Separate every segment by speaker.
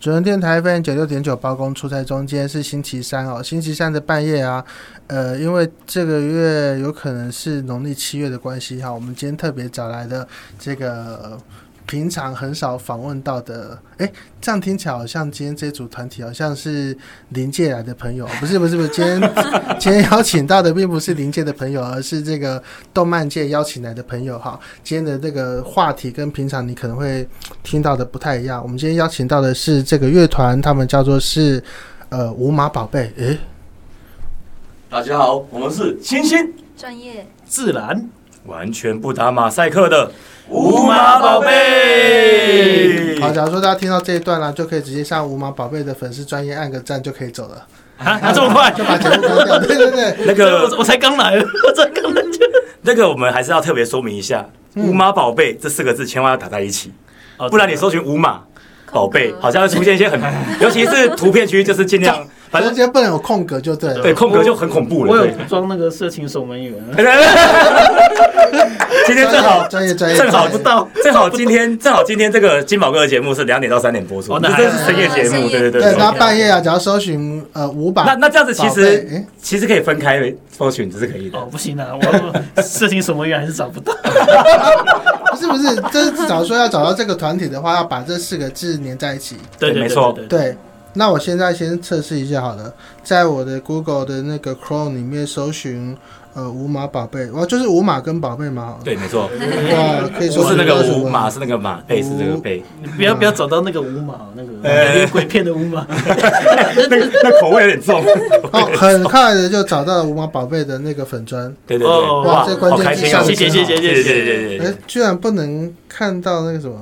Speaker 1: 主人电台 FM 九六点九包公出差中间是星期三哦，星期三的半夜啊，呃，因为这个月有可能是农历七月的关系哈，我们今天特别找来的这个、呃平常很少访问到的，哎，这样听起来好像今天这组团体好像是临界来的朋友，不是不是不是，今天今天邀请到的并不是临界的朋友，而是这个动漫界邀请来的朋友哈。今天的这个话题跟平常你可能会听到的不太一样，我们今天邀请到的是这个乐团，他们叫做是呃五马宝贝，诶，
Speaker 2: 大家好，我们是清新，
Speaker 3: 专业
Speaker 4: 自然
Speaker 2: 完全不打马赛克的无马宝贝。
Speaker 1: 好，假如说大家听到这一段呢、就可以直接上五马宝贝的粉丝专业按个赞就可以 走了，
Speaker 4: 啊，他这么快？
Speaker 1: 把节目关掉，对对对。
Speaker 2: 那
Speaker 4: 我
Speaker 2: 个
Speaker 4: 我才刚来， 我才刚来。
Speaker 2: 那个，我们还是要特别说明一下，
Speaker 4: 嗯
Speaker 2: 无马宝贝这四个字千万要打在一起，
Speaker 4: 哦
Speaker 2: 不然你搜寻无马宝贝，好像会出现一些 很，尤其是图片区，就是尽量，反
Speaker 1: 反正
Speaker 2: 正
Speaker 1: 今天不能有空格就对了。
Speaker 2: 对空格就很恐怖
Speaker 4: 我
Speaker 2: 了。
Speaker 4: 有
Speaker 2: 对
Speaker 4: 装那个色情守门员，
Speaker 2: 今天正好
Speaker 1: 专业专业
Speaker 2: 正好
Speaker 1: 专
Speaker 4: 不
Speaker 1: 业
Speaker 4: 到
Speaker 2: 正好今天正好今天这个金宝哥的节目是两点到三点播出，
Speaker 4: 哦
Speaker 2: 这
Speaker 4: 那
Speaker 2: 真是深夜节
Speaker 3: 还
Speaker 2: 目，
Speaker 3: 好
Speaker 2: 对对对
Speaker 1: 对，
Speaker 2: 对。
Speaker 1: 然后半夜啊，只要搜寻呃五把，
Speaker 2: 那那这样子其
Speaker 1: 宝贝
Speaker 2: 实
Speaker 1: 诶
Speaker 2: 其实可以分开搜寻，这是可以的
Speaker 4: 哦，。不行啊，我色情守门员还是找不到。
Speaker 1: 不是不是，这是假如说要找到这个团体的话，要把这四个字连在一起。
Speaker 2: 对
Speaker 4: 对对，
Speaker 2: 没错
Speaker 4: 对，对
Speaker 1: 对，那我现在先测试一下好了，在我的 Google 的那个 Chrome 里面搜寻呃五马宝贝，哦，就是五马跟宝贝嘛，好了
Speaker 2: 对，没错。
Speaker 1: 哇，可以
Speaker 2: 不
Speaker 1: 搜
Speaker 2: 是
Speaker 1: 寻
Speaker 2: 那
Speaker 1: 到
Speaker 2: 个
Speaker 1: 什
Speaker 2: 五
Speaker 1: 么
Speaker 2: 马，是那个马背，是那个背，
Speaker 4: 你不要不要找到那个五马那
Speaker 2: 哎
Speaker 4: 个鬼片的五 马，
Speaker 2: 那个那口味有点重。
Speaker 1: 哦，很快的就找到了五马宝贝的那个粉砖，
Speaker 2: 对对对，
Speaker 4: 哦
Speaker 2: 哇，
Speaker 1: 哇这关
Speaker 2: 好
Speaker 1: 键
Speaker 2: 开
Speaker 1: 字
Speaker 2: 心
Speaker 1: 下
Speaker 2: 啊！
Speaker 1: 得
Speaker 4: 谢谢
Speaker 1: 真
Speaker 4: 谢
Speaker 1: 好
Speaker 4: 谢
Speaker 2: 对
Speaker 4: 谢
Speaker 2: 对对
Speaker 4: 谢。
Speaker 2: 对对
Speaker 1: 哎
Speaker 2: 对，，
Speaker 1: 居然不能看到那个什么，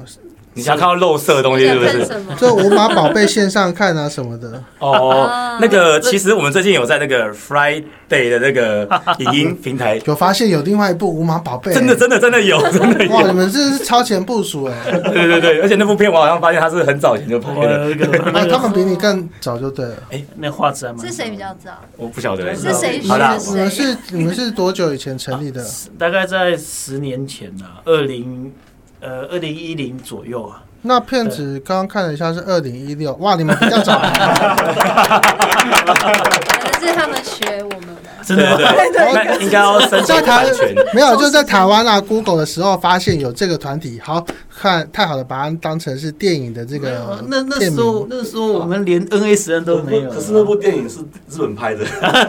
Speaker 2: 你想看到肉色的东西是不
Speaker 3: 想看
Speaker 2: 是？
Speaker 3: 什么？
Speaker 1: 这五马宝贝线上看啊什么的。
Speaker 4: 啊
Speaker 2: 哦，那个其实我们最近有在那个 Friday 的那个影音平 台，
Speaker 1: 有发现有另外一部《无马宝贝》，
Speaker 2: 真的真的真的 有，真的
Speaker 1: 哇，你
Speaker 2: 有。
Speaker 1: 们这是超前部署哎、
Speaker 2: 对对对，而且那部片我好像发现它是很早以前就拍
Speaker 4: 我
Speaker 2: 的，
Speaker 4: 哦那个
Speaker 1: 啊
Speaker 4: 那，个
Speaker 1: 他们比你更早就对了。
Speaker 4: 那画质还蛮。
Speaker 3: 是谁比？较早？
Speaker 2: 我不晓得
Speaker 4: 是谁
Speaker 2: 好啦
Speaker 3: 是，
Speaker 1: 你们是你们是多久以前成立的？
Speaker 4: 大概在十年前呐，二零呃二零一零左右 啊。
Speaker 1: 那片子刚刚看了一下是二零一 六，哇，你们比较早，啊
Speaker 3: 可能是他们学我们的。
Speaker 4: 真
Speaker 2: 对
Speaker 4: 的
Speaker 2: 对
Speaker 4: 吗？
Speaker 2: 对，那应该要申请
Speaker 1: 在台
Speaker 2: 版权。
Speaker 1: 没有就在台湾啊，Google 的时候发现有这个团体，好看太好了，把它当成是电影的这个
Speaker 4: 那那
Speaker 1: 片
Speaker 4: 时
Speaker 1: 名
Speaker 4: 候那时候我们连 NSN 都没有啊。
Speaker 2: 电影是日本拍的，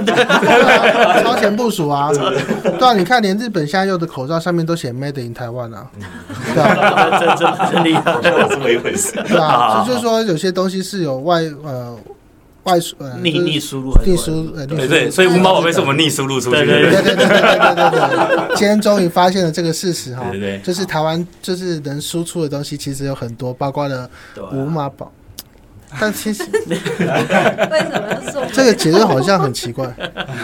Speaker 1: 对啊 超前部署 啊，对啊，你看连日本现在用的口罩上面都写 Made in 台湾啊，
Speaker 4: 嗯
Speaker 1: 对啊，
Speaker 4: 真真真厉害！
Speaker 2: 这么一回事。
Speaker 1: 对啊，
Speaker 4: 好
Speaker 1: 就是说有些东西是有外呃外输呃
Speaker 4: 逆
Speaker 1: 就是
Speaker 4: 逆输入很
Speaker 1: 逆
Speaker 4: 多
Speaker 1: 输呃逆
Speaker 2: 对
Speaker 1: 输
Speaker 2: 对，所以无毛宝贝是我们逆输入出去的。
Speaker 4: 对对
Speaker 1: 对对对对对对对对，今天终于发现了这个事实哈
Speaker 2: 对对对，
Speaker 1: 就是台湾就是能输出的东西其实有很多，包括了
Speaker 4: 对啊
Speaker 1: 五马宝，但其实
Speaker 3: 为什么要送？
Speaker 1: 这个结论好像很奇怪，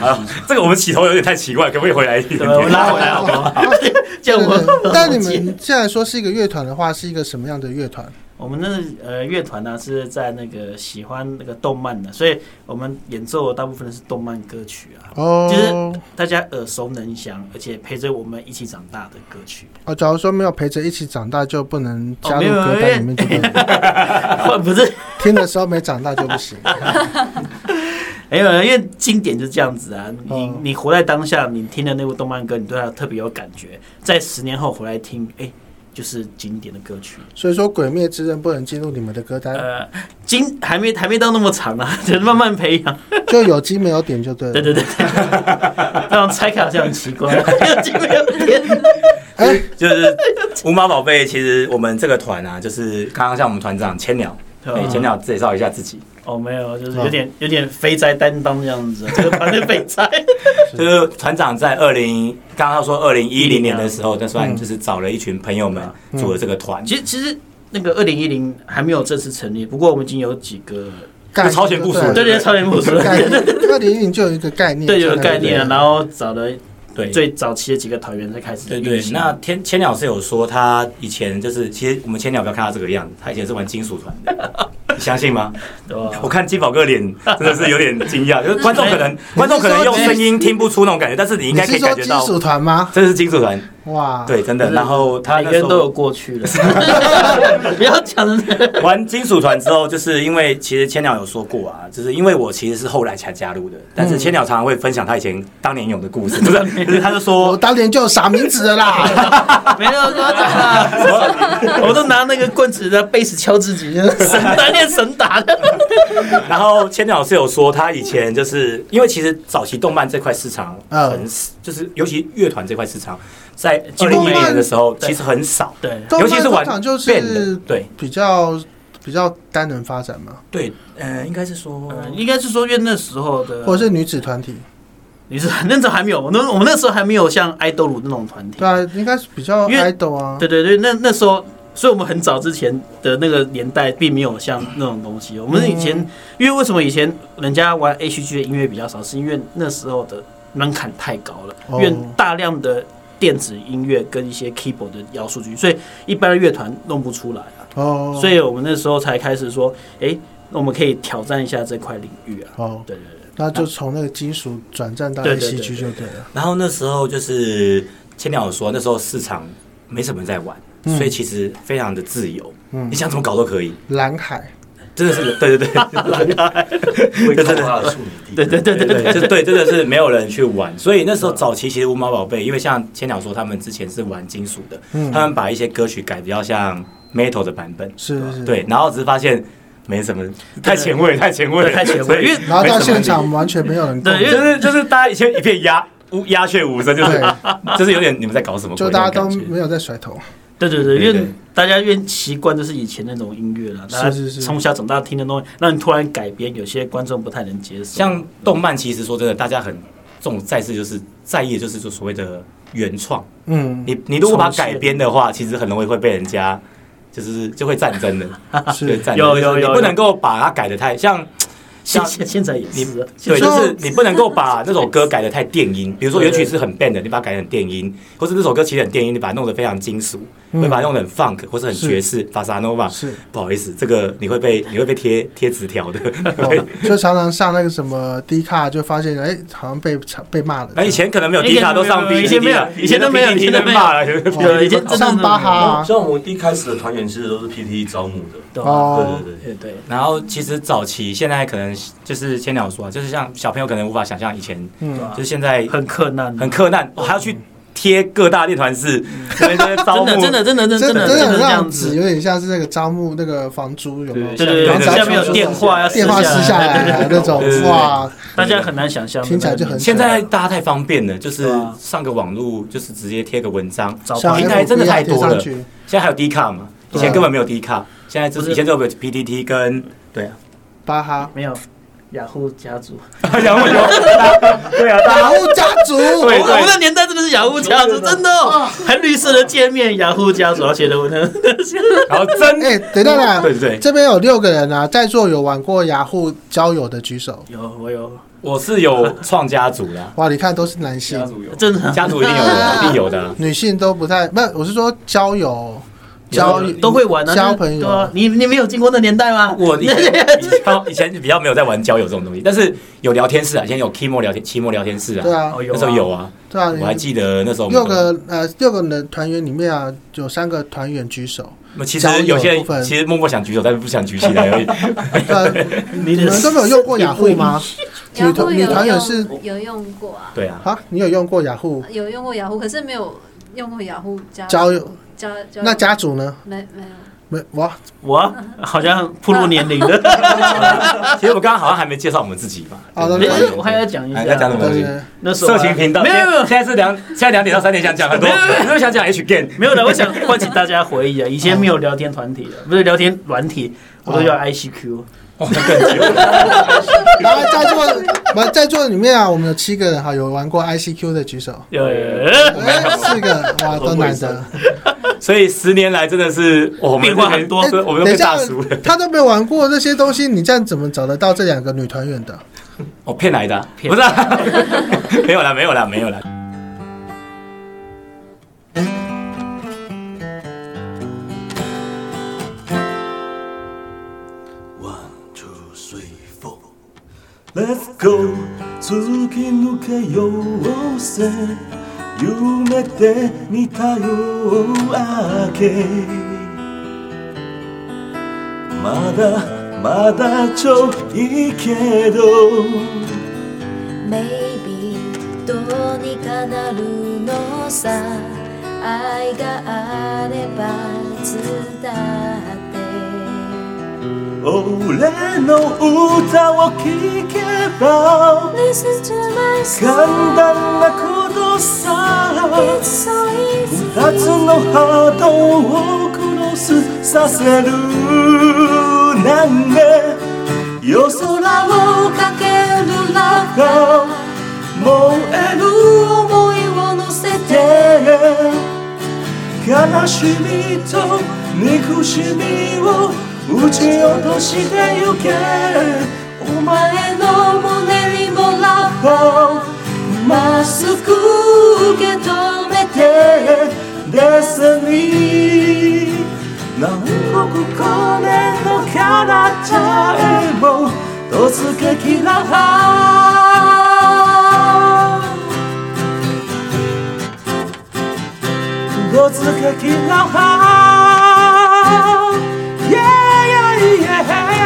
Speaker 2: 啊，这个我们起头有点太奇怪，可不可以回来一点
Speaker 4: 对，？我们拉回来好不好？这样我
Speaker 1: 对啊对对
Speaker 4: 们
Speaker 1: 但你们现在说是一个乐团的话，是一个什么样的乐团？
Speaker 4: 我们那呃乐团呢是在那个喜欢那个动漫的，所以我们演奏的大部分都是动漫歌曲啊，
Speaker 1: 哦
Speaker 4: 就是大家耳熟能详，而且陪着我们一起长大的歌 曲，
Speaker 1: 哦，假如说没有陪着一起长大，就不能加
Speaker 4: 哦没
Speaker 1: 入
Speaker 4: 有
Speaker 1: 歌单里面，就不能
Speaker 4: 不是
Speaker 1: 听的时候没长大就不行。
Speaker 4: 没有，因为经典就是这样子啊。你
Speaker 1: 嗯
Speaker 4: 你活在当下，你听的那部动漫歌，你对它特别有感觉，在十年后回来听，哎、就是经典的歌曲。
Speaker 1: 所以说，《鬼灭之刃》不能进入你们的歌单，
Speaker 4: 呃，经还没还没到那么长啊， 就是慢慢培养。
Speaker 1: 就有机没有点就对
Speaker 4: 对
Speaker 1: 了。
Speaker 4: 对对对，这样拆开好像很奇怪，有机没有点。
Speaker 1: 哎，
Speaker 2: 就是无毛宝贝，其实我们这个团啊，就是刚刚像我们团长千鸟，
Speaker 4: 对吧
Speaker 2: 对，千鸟介绍一下自己。
Speaker 4: 哎哦，没有，就是有点有点肥宅担当这样子， 这个团队肥宅。
Speaker 2: 就是团长在二零，刚刚说二零一零年的时候，那算就是找了一群朋友们组了这个团，
Speaker 4: 其实其实那个二零一零还没有正式成立，不过我们已经有几个
Speaker 1: 概
Speaker 2: 超前部署
Speaker 1: 对
Speaker 4: 对对超前部署，
Speaker 1: 概念，二零零就有一个概念，
Speaker 4: 对有个概念啊，
Speaker 1: 对
Speaker 4: 然后找了
Speaker 2: 对
Speaker 4: 最早期的几个团员才开始
Speaker 2: 对
Speaker 4: 运
Speaker 2: 对，
Speaker 4: 行
Speaker 2: 那天千鸟是有说他以前就是，其实我们千鸟不要看他这个样子，他以前是玩金属团的，你相信吗？
Speaker 4: 对吧
Speaker 2: 我看金宝哥脸真的是有点惊 讶，就是观众可能观众可能用声音听不出那种感觉，但是你应
Speaker 1: 你
Speaker 2: 该可
Speaker 1: 是
Speaker 2: 以
Speaker 1: 说
Speaker 2: 感觉
Speaker 1: 金
Speaker 2: 到，
Speaker 1: 属团吗？嗯
Speaker 2: 这是金属团，
Speaker 1: 哇，
Speaker 2: 对，真的。
Speaker 4: 就是
Speaker 2: 然后他
Speaker 4: 每
Speaker 2: 那
Speaker 4: 个
Speaker 2: 时
Speaker 4: 人都有
Speaker 2: 候
Speaker 4: 过去了， 不要讲 成这样
Speaker 2: 玩金属团之后，就是因为其实千鸟有说过啊，就是因为我其实是后来才加入的，但
Speaker 1: 嗯
Speaker 2: 是千鸟常常会分享他以前当年有的故 事，不是，就是他就
Speaker 1: 我
Speaker 2: 说。
Speaker 1: 当年就有傻名字 的啦，
Speaker 4: 没有说讲啦， 我都拿那个棍子在背子敲自 己，就是神打练神打的。
Speaker 2: 然后千鸟是有说，他以前就是因为其实早期动漫这块市场
Speaker 1: 嗯
Speaker 2: 很，就是尤其乐团这块市场，在二
Speaker 1: 动
Speaker 2: 零
Speaker 1: 漫
Speaker 2: 一年的时候
Speaker 4: 对
Speaker 2: 其实很少，
Speaker 4: 对，
Speaker 1: 动
Speaker 2: 尤
Speaker 1: 漫
Speaker 2: 其是
Speaker 1: 通
Speaker 2: 玩
Speaker 1: 常就
Speaker 2: band 的
Speaker 1: 是
Speaker 2: 对
Speaker 1: 比较比较单人发展嘛，
Speaker 2: 对，呃，应该是说
Speaker 4: 嗯应该是说，因为那时候的，
Speaker 1: 哦或者是女子团体，
Speaker 4: 你是 那时候还没有，我那我们那时候还没有像爱豆乳那种团体
Speaker 1: 对。啊，应该是比较
Speaker 4: 因为
Speaker 1: idol 啊，
Speaker 4: 对对对，那那时候，所以我们很早之前的那个年代，并没有像那种东西。我们以前，
Speaker 1: 嗯
Speaker 4: 因为为什么以前人家玩 H G 的音乐比较少，是因为那时候的门槛太高了，
Speaker 1: 哦
Speaker 4: 因为大量的电子音乐跟一些 keyboard 的要素进去，所以一般的乐团弄不出来啊。
Speaker 1: 哦，
Speaker 4: 所以我们那时候才开始说，哎、那我们可以挑战一下这块领域啊。
Speaker 1: 哦，
Speaker 4: 对对对，
Speaker 1: 那就从那个金属转战到
Speaker 4: 对对
Speaker 1: A 西
Speaker 4: 对
Speaker 1: 区就对了，
Speaker 2: 然后那时候就是千鸟有说，那时候市场没什么人在玩，
Speaker 1: 嗯
Speaker 2: 所以其实非常的自由，
Speaker 1: 嗯
Speaker 2: 你，想怎么搞都可以，
Speaker 1: 蓝海，
Speaker 2: 真的是对对对
Speaker 5: 会刻画的处女地。
Speaker 4: 对对对
Speaker 2: 对对，就对，真的是没有人去玩。所以那时候早期其实五毛宝贝，因为像千鸟说他们之前是玩金属的，
Speaker 1: 嗯，
Speaker 2: 他们把一些歌曲改比较像 metal 的版本，
Speaker 1: 是是是，
Speaker 2: 对，然后只是发现没什么太前卫，太前卫了，
Speaker 4: 对太前卫
Speaker 2: 所以
Speaker 4: 因为
Speaker 1: 然后
Speaker 2: 没什
Speaker 1: 到
Speaker 2: 么
Speaker 1: 现
Speaker 2: 人
Speaker 1: 场完全没有人共鸣，
Speaker 4: 对因为
Speaker 2: 就是就是大家以前一片鸦乌鸦雀无声，就是
Speaker 1: 对
Speaker 2: 就是有点你们在搞什么鬼
Speaker 1: 就
Speaker 2: 那种
Speaker 1: 大家
Speaker 2: 感觉，
Speaker 1: 都没有在甩头，
Speaker 4: 对对对，
Speaker 2: 对
Speaker 4: 因
Speaker 2: 对
Speaker 4: 为大家因为习惯就是以前那种音乐了，大家
Speaker 1: 是是是
Speaker 4: 从小长大听的东西，让你突然改编，有些观众不太能接受。
Speaker 2: 像动漫，其实说真的，大家很重在是就是在意，的就是说所谓的原创。
Speaker 1: 嗯，
Speaker 2: 你你如果把它
Speaker 4: 重现
Speaker 2: 改编的话，其实很容易会被人家就是就会战争的， 对
Speaker 1: 是，
Speaker 2: 战争。
Speaker 4: 有
Speaker 2: 就是
Speaker 4: 有
Speaker 2: 你
Speaker 4: 有
Speaker 2: 不
Speaker 4: 有
Speaker 2: 能够把它改的太像
Speaker 4: 现
Speaker 2: 像。
Speaker 4: 现现在也是啊，现
Speaker 2: 对，
Speaker 4: 在
Speaker 2: 就是你不能够把那首歌改的太电音，比如说
Speaker 4: 对
Speaker 2: 原曲是很 band 的，你把它改成电音，或者那首歌其实很电音，你把它弄得非常金属，
Speaker 1: 嗯
Speaker 2: 会把它弄得很 funk 或是很爵士、法萨诺瓦。
Speaker 1: 是。
Speaker 2: 不好意思，这个你会被你会被贴贴纸条 的。
Speaker 1: 哦，就常常上那个什么低卡，就发现哎、好像被被骂了。
Speaker 2: 那
Speaker 4: 哎
Speaker 2: 以前可能没有
Speaker 4: 以前
Speaker 2: 迪卡都上
Speaker 4: 没有
Speaker 2: B，
Speaker 4: 以前没有以前都没有以前都没有
Speaker 2: 骂了。
Speaker 1: 哦
Speaker 4: 有已经
Speaker 1: 上巴哈、啊，
Speaker 5: 像我们一开始的团员其实都是 PT 招募的，
Speaker 4: 对啊
Speaker 1: 哦
Speaker 5: 对对对。
Speaker 4: 对对，
Speaker 2: 然后其实早期现在可能就是千鸟说啊，就是像小朋友可能无法想象以前，
Speaker 1: 嗯，
Speaker 2: 就是现在
Speaker 4: 很困难，
Speaker 2: 很困难，我还要去贴各大练团室，那些招
Speaker 4: 嗯 真
Speaker 2: 募
Speaker 4: 的，真的真的真的
Speaker 1: 真
Speaker 4: 真的
Speaker 1: 的真的
Speaker 4: 真的
Speaker 1: 很
Speaker 4: 这
Speaker 1: 让
Speaker 4: 样
Speaker 1: 子，
Speaker 4: 子。
Speaker 1: 有点像是那个招募那个房租有没有？
Speaker 4: 对对
Speaker 1: 然后
Speaker 4: 对，
Speaker 1: 招
Speaker 4: 下面
Speaker 1: 租
Speaker 4: 有电话要
Speaker 1: 电话撕下来啊那种
Speaker 2: 对对对
Speaker 1: 哇，
Speaker 4: 大家很难想象的那个
Speaker 1: 听起来
Speaker 4: 年代，
Speaker 1: 就很
Speaker 2: 现在大家太方便了，就是
Speaker 4: 对啊
Speaker 2: 上个网络，就是直接贴个文章。
Speaker 4: 找
Speaker 1: 像
Speaker 4: 平
Speaker 2: 平
Speaker 4: 台
Speaker 2: 台真的
Speaker 1: FB 啊
Speaker 2: 太多了
Speaker 1: 贴上去
Speaker 2: 现在还有 D 卡嘛？以
Speaker 1: 对
Speaker 2: 前
Speaker 1: 啊
Speaker 2: 根本没有 D 卡，现在就
Speaker 4: 不
Speaker 2: 是
Speaker 4: 是
Speaker 2: 以前就有 PTT 跟对啊，
Speaker 1: 巴哈，
Speaker 4: 没有雅虎家族，
Speaker 2: 哎然后有对啊，
Speaker 1: 雅虎家族，
Speaker 4: 我
Speaker 2: 对
Speaker 4: 哦我们那年代真的是雅虎家族，真的哦，还绿色的界面，雅虎家族，而且的文章，
Speaker 2: 然后真
Speaker 1: 哎、等一下啦，
Speaker 2: 对对对，
Speaker 1: 这边有六个人啊，在座有玩过雅虎交友的举手。
Speaker 4: 有我有，
Speaker 2: 我是有创家族 的啊，
Speaker 1: 哇，你看都是男性，
Speaker 5: 族有
Speaker 4: 真的
Speaker 2: 家族一定有 的，一定有的啊。
Speaker 1: 女性都不太，不，我是说交友，交友
Speaker 4: 都会玩啊，
Speaker 1: 交朋友
Speaker 4: 对啊，你你没有经过那年代吗？
Speaker 2: 我以 前以前以前比较没有在玩交友这种东西，但是有聊天室啊，以前有 Kimo 聊天、期末聊天室
Speaker 1: 对
Speaker 2: 啊，
Speaker 1: 啊，
Speaker 4: 哦
Speaker 2: 那时候有啊，
Speaker 1: 对啊，
Speaker 2: 我还记得那时候我们
Speaker 1: 六个呃六个人团员里面啊，有三个团员举 手，
Speaker 2: 那其实有些
Speaker 1: 交友部分
Speaker 2: 人其实默默想举手，但是不想举起来 而已。
Speaker 1: 呃，
Speaker 4: 你
Speaker 1: 你们都没有用过雅虎吗？
Speaker 3: 雅
Speaker 1: 女
Speaker 3: 虎
Speaker 1: 团女
Speaker 3: 有
Speaker 1: 团员
Speaker 3: 用
Speaker 1: 是
Speaker 3: 有用过啊，
Speaker 2: 对啊，
Speaker 1: 啊，你有用过雅虎？
Speaker 3: 有用过雅虎，可是没有用过雅虎加
Speaker 1: 交友
Speaker 3: 加加
Speaker 1: 那家族呢？
Speaker 3: 没没有
Speaker 1: 没哇，
Speaker 4: 我啊好像步入年龄了，
Speaker 2: 其实我刚刚好像还没介绍我们自己吧。
Speaker 1: 哦
Speaker 2: 对对
Speaker 1: 那没
Speaker 2: 对
Speaker 1: 关
Speaker 2: 对
Speaker 4: 我还要讲一
Speaker 2: 哎要讲什
Speaker 4: 下
Speaker 2: 么，
Speaker 1: 对
Speaker 2: 东
Speaker 1: 对
Speaker 2: 西？
Speaker 1: 对，
Speaker 4: 那时候啊
Speaker 2: 色情频道，
Speaker 4: 没有没有没有
Speaker 2: 现在是两，现在两点到三点想讲很多，你会想讲 H game，
Speaker 4: 没有的，我想唤起大家回忆啊，以前没有聊天团体啊的，不是聊天软体，我都叫 ICQ，
Speaker 2: 哇，更久了。
Speaker 1: 然后在座我们在座里面啊，我们有七个人哈，有玩过 ICQ 的举手，
Speaker 4: 有有
Speaker 1: 哎四个哇，都男的。
Speaker 2: 所以十年来真的是哦我们
Speaker 4: 变化很多
Speaker 2: 对我们都
Speaker 1: 哎等一
Speaker 2: 变大
Speaker 1: 下
Speaker 2: 叔了。，
Speaker 1: 他都没有玩过这些东西，你这样怎么找得到这两个女团员的？
Speaker 2: 哦，骗来的啊，
Speaker 4: 骗
Speaker 2: 不是啊， 没有啦，没有啦，没有啦。
Speaker 5: One, two, three, four. Let's go. 続き抜けようぜ。夢で見た夜明けまだまだ遠いけど
Speaker 6: Maybe どうにかなるのさ愛があれば伝だっ
Speaker 5: 俺の歌を聴けば
Speaker 6: て Listen to my
Speaker 5: 簡
Speaker 6: song
Speaker 5: 単なことさ
Speaker 6: It's so easy
Speaker 5: 二つの波動をクロスさせるなんで夜空を
Speaker 6: かけるラブ
Speaker 5: が燃える想いを乗せて悲しみと憎しみを打ち落としてゆけお前の胸にもラブをまっすぐ受け止めて Destiny 南国光年の彼方へも突撃だ突撃だ Yeah, yeah, yeah.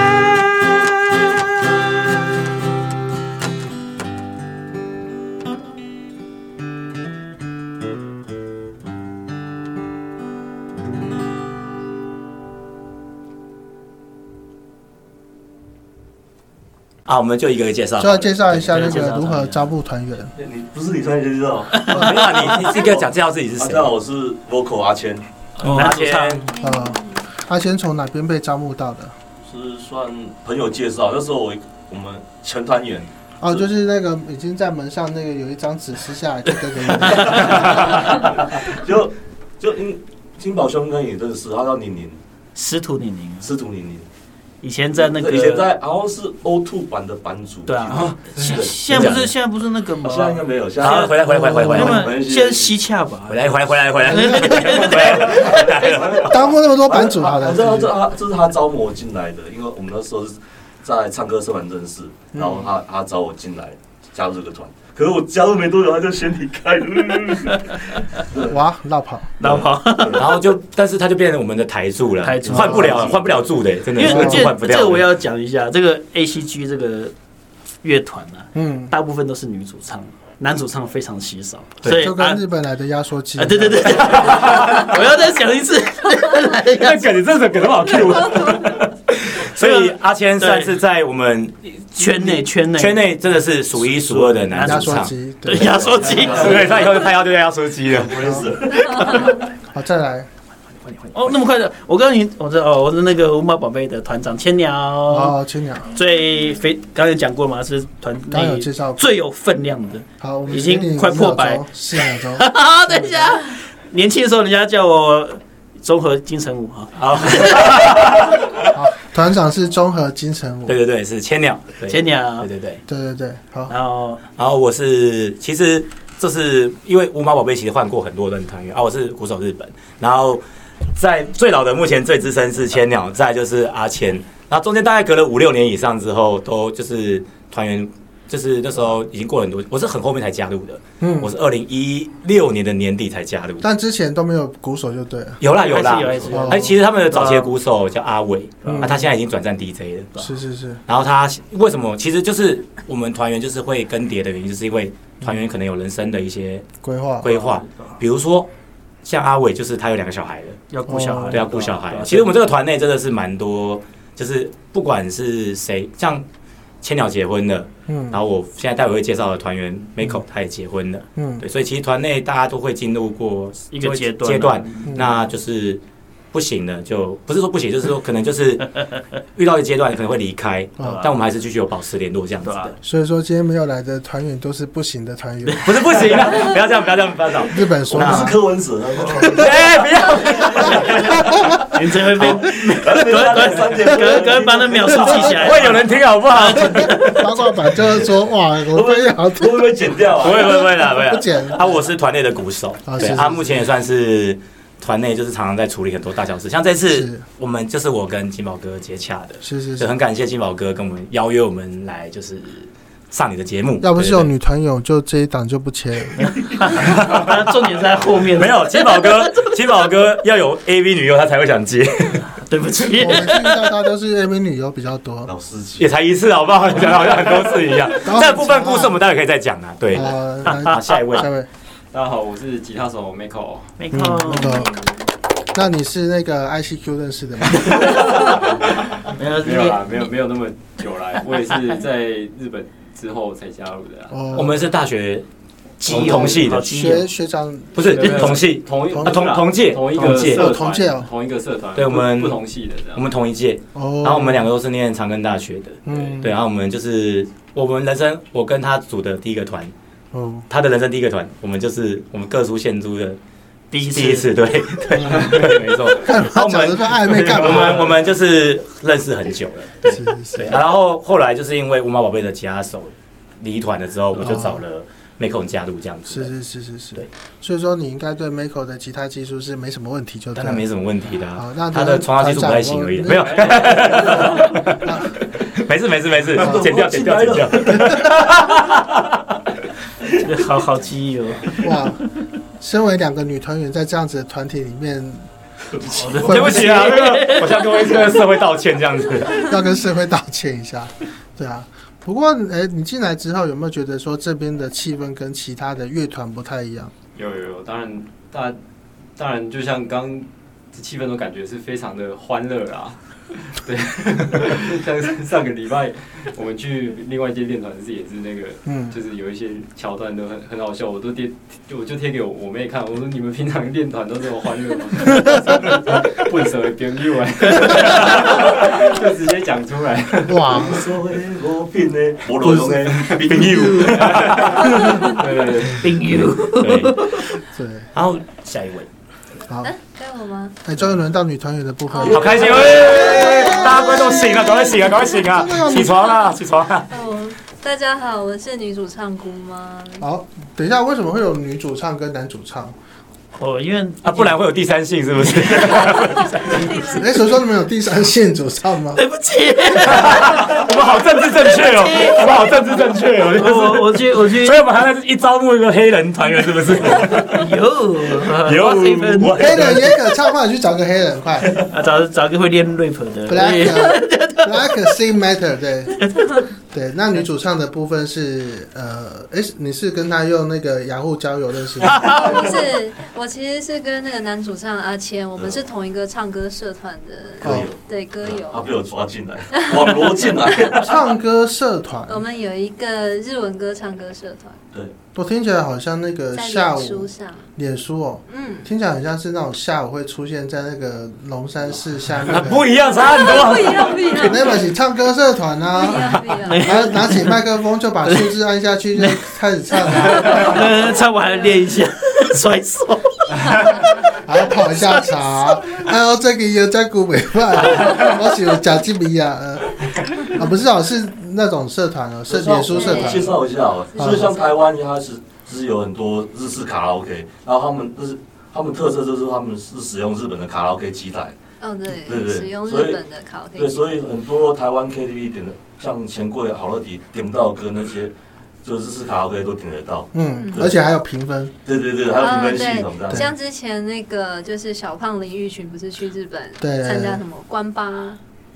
Speaker 2: 啊，我们就一个一个介绍。
Speaker 1: 就要介绍一下那
Speaker 4: 对介
Speaker 1: 个
Speaker 4: 绍
Speaker 1: 如何
Speaker 4: 一下
Speaker 1: 招募团员。
Speaker 5: 你不是李川先知道？
Speaker 2: 没有 啊，你你自己给我讲介绍自己是
Speaker 5: 大
Speaker 4: 哦
Speaker 2: 谁
Speaker 5: 家。好，我是啊 vocal 阿谦，
Speaker 2: 阿
Speaker 4: 男主唱
Speaker 2: 谦，
Speaker 3: 嗯
Speaker 1: 呃，他先从哪边被招募到的？
Speaker 5: 是算朋友介绍。那时候我我们前团员，
Speaker 1: 哦，
Speaker 5: 是
Speaker 1: 就是那个已经在门上那个有一张纸撕下来，就丢给你。
Speaker 5: 就就因金宝兄跟你认识，他叫宁宁，
Speaker 4: 师徒李宁，
Speaker 5: 司徒宁宁。
Speaker 4: 以前在那个
Speaker 5: 以前在好像是 O Two 版的版主，
Speaker 4: 对啊，
Speaker 5: 是
Speaker 4: 现
Speaker 5: 的
Speaker 4: 现在不是现在不是那个吗
Speaker 5: 啊，？现在应该没有，现
Speaker 2: 好
Speaker 5: 在
Speaker 2: 回来回来回来回来
Speaker 4: 那
Speaker 2: 回来
Speaker 4: 么现在西洽吧
Speaker 2: 回，来回来回来回来回来。
Speaker 1: 当过那么多版主，好
Speaker 4: 啊
Speaker 1: 的
Speaker 5: 这，这他这是他招募我进来的，因为我们那时候是在唱歌社团认识，
Speaker 1: 嗯
Speaker 5: 然后他他招我进来加入这个团，可是我加入没多久他就先离开 了，
Speaker 1: 哇，绕跑。
Speaker 4: 然后
Speaker 2: 然后就，但是他就变成我们的台柱了
Speaker 4: 台，柱
Speaker 2: 换不了，换不了柱的，真的
Speaker 4: 因为
Speaker 2: 是
Speaker 4: 这
Speaker 2: 换不掉
Speaker 4: 这
Speaker 2: 的。
Speaker 4: 个我要讲一下，这个 A C G 这个乐团啊，
Speaker 1: 嗯，
Speaker 4: 大部分都是女主唱，男主唱非常稀少，
Speaker 2: 对
Speaker 4: 所以
Speaker 1: 就
Speaker 4: 啊
Speaker 1: 跟日本来的压缩机一
Speaker 4: 啊，
Speaker 1: 样。
Speaker 4: 对 对对，我要再讲一次，
Speaker 2: 那梗，你真的梗的好 Q 啊所以阿谦算是在我们
Speaker 4: 圈内圈内
Speaker 2: 圈内真的是数一数二的男
Speaker 1: 压
Speaker 2: 主
Speaker 1: 缩
Speaker 2: 唱。
Speaker 1: 机。
Speaker 4: 对
Speaker 1: 对，
Speaker 4: 压缩机，
Speaker 2: 对，他以后他要对他要出击了。
Speaker 5: 我也是。
Speaker 1: 好，再来。
Speaker 4: 哦，那么快的，我跟你，我是哦，我是那个五毛宝贝的团长千鸟，
Speaker 1: 哦，青鸟，
Speaker 4: 最非刚才讲过嘛，是团
Speaker 1: 刚有
Speaker 4: 内
Speaker 1: 介绍过
Speaker 4: 最有分量的。
Speaker 1: 好，我们
Speaker 4: 已经
Speaker 1: 给你
Speaker 4: 快
Speaker 1: 五
Speaker 4: 破
Speaker 1: 秒
Speaker 4: 百
Speaker 1: 钟，四秒 钟。
Speaker 4: 啊，等一下，年轻的时候人家叫我综合金城武啊，
Speaker 2: 好，
Speaker 1: 好，团长是综合金城武。
Speaker 2: 对
Speaker 1: 对
Speaker 2: 对对，是千鸟，对
Speaker 4: 千，鸟
Speaker 2: 对，对对。
Speaker 1: 对对，好，
Speaker 4: 然后
Speaker 2: 然后我是，其实这是因为五毛宝贝其实换过很多任团员啊，我是鼓手日本，然后在最老的目前最资深是千鸟，再来就是阿谦，然后中间大概隔了五六年以上之后，都就是团员。就是那时候已经过了很多，我是很后面才加入的，
Speaker 1: 嗯
Speaker 2: 我，是二零一六年的年底才加入。
Speaker 1: 但之前都没有鼓手就对了。
Speaker 2: 有啦有啦
Speaker 4: 还是有还是，
Speaker 1: 有
Speaker 2: 哎，其实他们的早期的鼓手叫阿伟，啊，他现在已经转战 DJ 了。
Speaker 1: 是是是，
Speaker 2: 然后他为什么？其实就是我们团员就是会更迭的原因，就是因为团员可能有人生的一些
Speaker 1: 规划。
Speaker 2: 规
Speaker 4: 哦
Speaker 2: 划，比如说像阿伟，就是他有两个小孩了，
Speaker 4: 要顾小孩，
Speaker 2: 哦
Speaker 4: 啊
Speaker 2: 对，要啊顾小孩。其实我们这个团内真的是蛮多，就是不管是谁，像千鸟结婚了，
Speaker 1: 嗯
Speaker 2: 然后我现在待会会介绍的团员 Miko 他也结婚了，
Speaker 1: 嗯，
Speaker 2: 对，所以其实团内大家都会进入过
Speaker 4: 一个阶段啊
Speaker 2: 阶段，
Speaker 1: 嗯
Speaker 2: 那就是不行了，就不是说不行，就是说可能就是遇到一个阶段可能会离 开，
Speaker 1: 哦
Speaker 2: 但我们还是继续有保持联络这样子
Speaker 4: 啊对啊吧
Speaker 2: 的，？
Speaker 1: 所以说今天没有来的团员都是不行的团员。
Speaker 2: 不是不行 啊，不要这样，不要这样，不要这样，
Speaker 1: 日本说
Speaker 5: 我不是
Speaker 1: 法，
Speaker 5: 柯文哲，啊
Speaker 4: 哦
Speaker 2: 哎，不要，
Speaker 4: 你这会被
Speaker 5: 隔
Speaker 4: 隔隔把那秒数记起来，
Speaker 2: 会有人听好不好？
Speaker 1: 八卦版就是说，哇，我非常
Speaker 5: 会不会剪掉
Speaker 2: 不
Speaker 5: 啊？
Speaker 2: 会不会不会啦，不会啦
Speaker 1: 不剪
Speaker 2: 啊，我是团内的鼓手，
Speaker 1: 啊
Speaker 2: 对，
Speaker 1: 是是
Speaker 2: 他
Speaker 1: 是
Speaker 2: 目前也算是。团内就是常常在处理很多大小事，像这次
Speaker 1: 是
Speaker 2: 我们就是我跟金宝哥接洽的，
Speaker 1: 是是
Speaker 2: 就是很感谢金宝哥跟我们邀约我们来，就是上你的节目。
Speaker 1: 要不是
Speaker 2: 对
Speaker 1: 有
Speaker 2: 对
Speaker 1: 女团友，就这一档就不切了。
Speaker 4: 但重点是在后面。
Speaker 2: 对没有七宝哥，七宝哥要有 AV 女优，他才会想接，
Speaker 4: 对不起，
Speaker 1: 我们听到他都是 AV 女优比较多。
Speaker 5: 老司机
Speaker 2: 也。才一次，好不好？你讲得好像很多次一样。
Speaker 1: 然后
Speaker 2: 这部分故事我们待会可以再讲啊。对，
Speaker 1: 呃，
Speaker 2: 好，
Speaker 1: 来
Speaker 2: 下一位，
Speaker 1: 下一位，
Speaker 7: 大家好，我是吉他手 Miko。
Speaker 4: 没
Speaker 1: 嗯，
Speaker 4: 空
Speaker 1: 那。个，那你是那个 ICQ 认识的 吗？
Speaker 4: 没有
Speaker 7: 没有啦，没有没有那么久 啦，我也是在日本之后才加入的啊。
Speaker 1: 哦，
Speaker 2: 我们是大学
Speaker 4: 基
Speaker 2: 同系的
Speaker 4: 好基友
Speaker 1: 学学长，
Speaker 2: 不是
Speaker 7: 没有没有
Speaker 2: 同系，
Speaker 7: 同一
Speaker 1: 同
Speaker 2: 啊同同届
Speaker 7: 同一
Speaker 2: 同
Speaker 7: 个
Speaker 2: 届
Speaker 7: 社
Speaker 1: 哦同届哦
Speaker 7: 团，同一个社团，
Speaker 2: 对我们
Speaker 7: 不不同系的这
Speaker 2: 我
Speaker 7: 样。
Speaker 2: 们同一届，
Speaker 1: 哦，
Speaker 2: 然后我们两个都是念长庚大学的。
Speaker 1: 嗯，
Speaker 2: 对，然后我们就是我们人生，我跟他组的第一个团，
Speaker 1: 哦，
Speaker 2: 他的人生第一个团，我们就是我们各出献出的
Speaker 4: 第一次
Speaker 2: 第一次，对
Speaker 1: 嗯
Speaker 2: 对，没错。
Speaker 1: 干
Speaker 2: 然后
Speaker 1: 嘛
Speaker 2: 我
Speaker 1: 讲这
Speaker 2: 们
Speaker 1: 个 暧昧干
Speaker 2: 我
Speaker 1: 嘛？
Speaker 2: 们我们就是认识很久了，对
Speaker 1: 是是
Speaker 2: 对。啊
Speaker 1: 是，
Speaker 2: 然后后来就是因为五毛宝贝的吉他手离团了之后，我就找了 Miko 加入这样
Speaker 1: 是
Speaker 2: 子，
Speaker 1: 是是是是
Speaker 2: 对，
Speaker 1: 所以说你应该对 Miko 的吉他技术是没什么问题，就
Speaker 2: 当
Speaker 1: 对
Speaker 2: 然没
Speaker 1: 了。
Speaker 2: 什么问题的啊。
Speaker 1: 好，那
Speaker 2: 他的床上技术不太行而已，没有， 没事没事没事，剪掉剪掉剪掉。
Speaker 4: 好好 基友。
Speaker 1: 哇，身为两个女团员，在这样子的团体里面，
Speaker 2: 对不起啊，那个我向各位这个社会道歉这样子。
Speaker 1: 要跟社会道歉一下，对啊。不过，哎、你进来之后有没有觉得说这边的气氛跟其他的乐团不太一样？
Speaker 7: 有有有，当然大当然就像刚这气氛都感觉是非常的欢乐 啦。对，像上个礼拜我们去另外一间练团是也是那个
Speaker 1: 嗯，
Speaker 7: 就是有一些桥段都很很好笑，我都贴，就我就贴给我我妹看，我说你们平常练团都这么欢乐 吗？混什么编剧啊？ 就直接讲出来，
Speaker 1: 哇，
Speaker 5: 所谓我变的，我
Speaker 2: 裸用
Speaker 5: 的，
Speaker 2: 朋友，
Speaker 7: 对对对，
Speaker 2: 对，
Speaker 1: 对，
Speaker 2: 然后下一位，
Speaker 1: 好，
Speaker 3: 哎，该我吗？
Speaker 1: 哎，终于轮到女团员的部分
Speaker 2: 好
Speaker 1: 了。
Speaker 2: 开心
Speaker 1: 哎
Speaker 2: 喂！大家观众醒了，赶快醒啊，赶快醒啊，起床啦，起床啊啦！
Speaker 3: 哦， 大家好，我是女主唱姑 妈。
Speaker 1: 好，等一下，为什么会有女主唱跟男主唱？
Speaker 4: 我哦因为
Speaker 2: 啊，不然会有第三性是不是？
Speaker 1: 哎、所以说你们有第三线主唱 吗？
Speaker 4: 对不起，
Speaker 2: 我们好政治正确 哦，我们好政治正确哦，就是。
Speaker 4: 我我去我 去
Speaker 2: 所以我们还在一招募一个黑人团员，是不是？
Speaker 4: 有
Speaker 2: 有我
Speaker 1: 黑人也可唱，快去找个黑人， 快
Speaker 4: 啊，找找个会练 rap 的。
Speaker 1: ，Black Black Sing Matter，对对。那女主唱的部分是呃，哎、你是跟他用那个雅虎交友认识 的？
Speaker 3: 不是，我其实是跟那个男主唱阿谦，我们是同一个唱歌社团的，
Speaker 1: 哦，
Speaker 3: 对歌
Speaker 5: 他
Speaker 3: 友。
Speaker 5: 被我抓进来，网罗进 来。
Speaker 1: 唱歌社团，
Speaker 3: 我们有一个日文歌唱歌社团，
Speaker 1: 我听起来好像那
Speaker 5: 呃
Speaker 1: 个
Speaker 3: 在
Speaker 1: 下
Speaker 3: 脸书
Speaker 1: 午
Speaker 3: 上，
Speaker 1: 脸书哦，
Speaker 3: 嗯，
Speaker 1: 听起来很像是那种下午会出现在那个龙山寺下面
Speaker 2: 啊
Speaker 1: 的。
Speaker 2: 不一样，差很
Speaker 3: 不一
Speaker 2: 多。
Speaker 3: 样，不一样，不一
Speaker 1: 那么起唱歌社团啊，
Speaker 3: 样，不一样。
Speaker 1: 拿拿起麦克风就把数字按下去就开始唱啊，
Speaker 4: 呃，唱完还练一下 甩手。
Speaker 1: 还要泡一下茶，还有这个有在古北饭，我喜欢贾吉米亚，呃啊不是哦，是那种社团哦，是脸书社
Speaker 5: 介
Speaker 1: 团，
Speaker 5: 绍一下哦，
Speaker 1: 嗯
Speaker 5: 就是像台湾，它是是有很多日式卡拉 OK，然后他们就是他们特色就是他们是使用日本的卡拉 OK 机台，
Speaker 3: 哦，对
Speaker 5: 对，对
Speaker 3: 使用日
Speaker 5: 所以
Speaker 3: 本的卡拉 OK，
Speaker 5: 对，所以很多台湾 KTV 点的，像钱柜、好乐迪点不到的歌那些，就是日式卡拉 OK 都点得到。
Speaker 1: 嗯，而且还有评分，
Speaker 5: 对对对，还有评分系统这
Speaker 3: 哦嗯对，像
Speaker 5: 样。
Speaker 3: 之前那个就是小胖林玉群不是去日本
Speaker 1: 对
Speaker 3: 参加什么关巴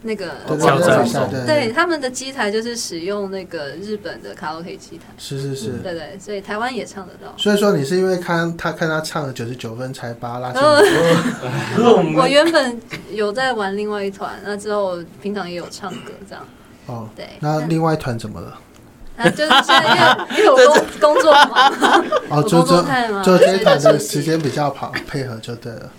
Speaker 3: 那个
Speaker 1: 对
Speaker 4: 挑战
Speaker 1: 一下，对
Speaker 3: 对，，他们的机台就是使用那个日本的卡拉 OK 机台，
Speaker 1: 是是是。
Speaker 3: 对对，所以台湾也唱得到。
Speaker 1: 所以说你是因为看他看他唱了九十九分才把他拉进
Speaker 3: 呃
Speaker 1: 来，
Speaker 5: 可是我
Speaker 3: 我
Speaker 5: 们
Speaker 3: 原本有在玩另外一团，那之后我平常也有唱歌这样，
Speaker 1: 哦。
Speaker 3: 对。
Speaker 1: 那另外一团怎么了？
Speaker 3: 啊，就是现在因 为因为我工工作忙，
Speaker 1: 哦，
Speaker 3: 我
Speaker 1: 就
Speaker 3: 工
Speaker 1: 这
Speaker 3: 作太忙，
Speaker 1: 就这一团
Speaker 3: 所以
Speaker 1: 的
Speaker 3: 休息
Speaker 1: 时间比较跑配合就对了，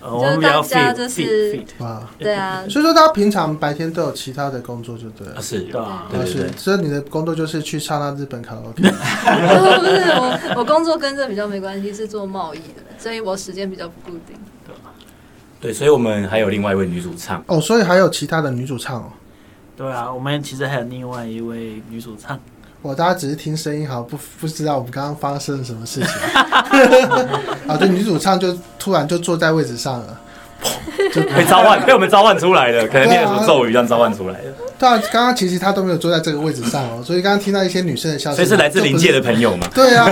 Speaker 4: 呃我们比较 fit
Speaker 3: 大家就是
Speaker 4: fit fit，
Speaker 1: 哇。
Speaker 3: 对啊，
Speaker 1: 所以说他平常白天都有其他的工作就对了。
Speaker 2: 啊是
Speaker 4: 对吧？
Speaker 2: 对对对
Speaker 1: 啊是所以你的工作就是去唱那日本卡拉 OK。
Speaker 3: 不是我我工作跟这比较没关系，是做贸易的，所以我时间比较不固定。
Speaker 2: 对，所以我们还有另外一位女主 唱，
Speaker 1: 哦，所以还有其他的女主唱哦。
Speaker 4: 对啊，我们其实还有另外一位女主唱，
Speaker 1: 我大家只是听声音，好不不知道我们刚刚发生了什么事 情。啊，对，女主唱就突然就坐在位置上了，
Speaker 2: 被召唤，被我们召唤出来的，可能念什么咒语这样召唤出来的。
Speaker 1: 对啊，刚刚其实他都没有坐在这个位置上哦，所以刚刚听到一些女生的笑
Speaker 2: 所
Speaker 1: 声，
Speaker 2: 以是来自
Speaker 1: 这
Speaker 2: 灵
Speaker 1: 不
Speaker 2: 界的朋友嘛，
Speaker 1: 对啊，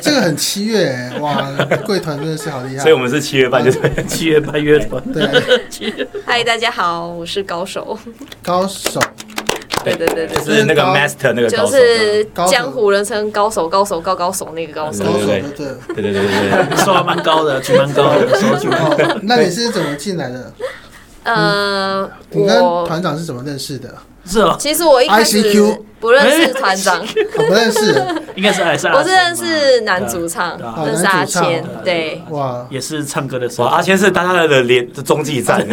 Speaker 1: 这个很七月欸哇，贵团真的是好厉害。
Speaker 2: 所以我们是七月半就是
Speaker 4: 七月半乐团，
Speaker 1: 对
Speaker 3: 嗨，大家好，我是高手。
Speaker 1: 高手，
Speaker 3: 对对对
Speaker 2: 就
Speaker 3: 对，
Speaker 2: 是那个 master 那个
Speaker 3: 就
Speaker 2: 高手，
Speaker 3: 是
Speaker 1: 高手
Speaker 3: 江湖人称高手，高手高高手那个高手。
Speaker 1: 高手
Speaker 2: 对
Speaker 1: 就对了。
Speaker 2: 对对对对对。
Speaker 4: 收还蛮高的，举蛮高的，手举。
Speaker 1: 哦，那你是怎么进来的？
Speaker 3: 呃，
Speaker 1: 嗯你跟
Speaker 3: 我
Speaker 1: 团长是怎么认识的？啊
Speaker 4: 是哦，
Speaker 3: 其实我一开始
Speaker 1: ICQ
Speaker 3: 不认
Speaker 1: 哎
Speaker 3: 识团长，
Speaker 1: 我不认识，
Speaker 4: 应该是还是阿
Speaker 3: 我是
Speaker 4: 谦嘛
Speaker 3: 认识男主唱
Speaker 4: 对，啊
Speaker 1: 哦
Speaker 3: 认识阿谦
Speaker 1: 男主
Speaker 4: 唱，
Speaker 3: 对，
Speaker 1: 哇，
Speaker 4: 也是唱歌的时候，
Speaker 2: 哇，阿谦是大家的连中继站，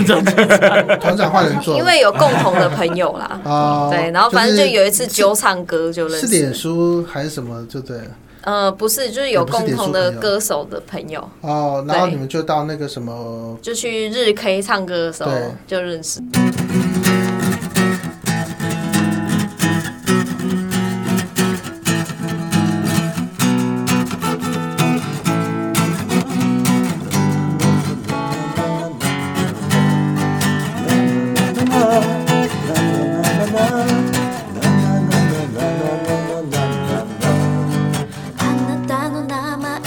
Speaker 1: 团长换人做。
Speaker 3: 因为有共同的朋友啦
Speaker 1: 啊，
Speaker 3: 对，然后反正就是有一次纠唱歌就认
Speaker 1: 是
Speaker 3: 识
Speaker 1: 脸
Speaker 3: 了，
Speaker 1: 书还是什么，就对了
Speaker 3: 呃，不是，就是有共同的歌手的朋友，
Speaker 1: 哦。然后
Speaker 3: 对
Speaker 1: 你们就到那个什么，
Speaker 3: 就去日 K 唱歌的时候
Speaker 1: 对
Speaker 3: 就认识。
Speaker 6: あなたの名前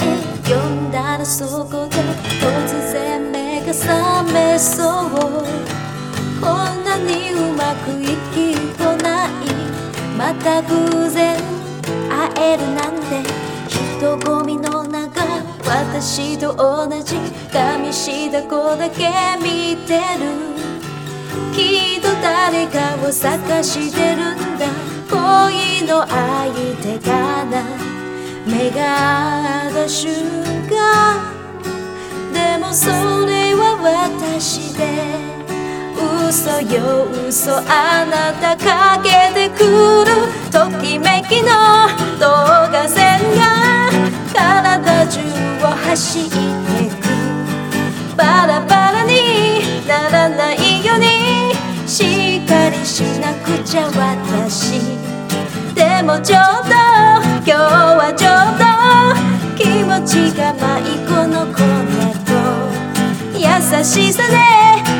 Speaker 6: 呼んだらそこで突然目が覚めそうこんなにうまくいきこないまた偶然会えるなんて人混みの中私と同じ髪した子だけ見てるきっと誰かを探してるんだ恋の相手かな目が合った瞬間でもそれは私で嘘よ嘘あなたかけてくるときめきの動画線が体中を走ってくバラバラにならないようにしっかりしなくちゃ私でもちょっと今日はちょっと気持ちが舞いこの子と優しさで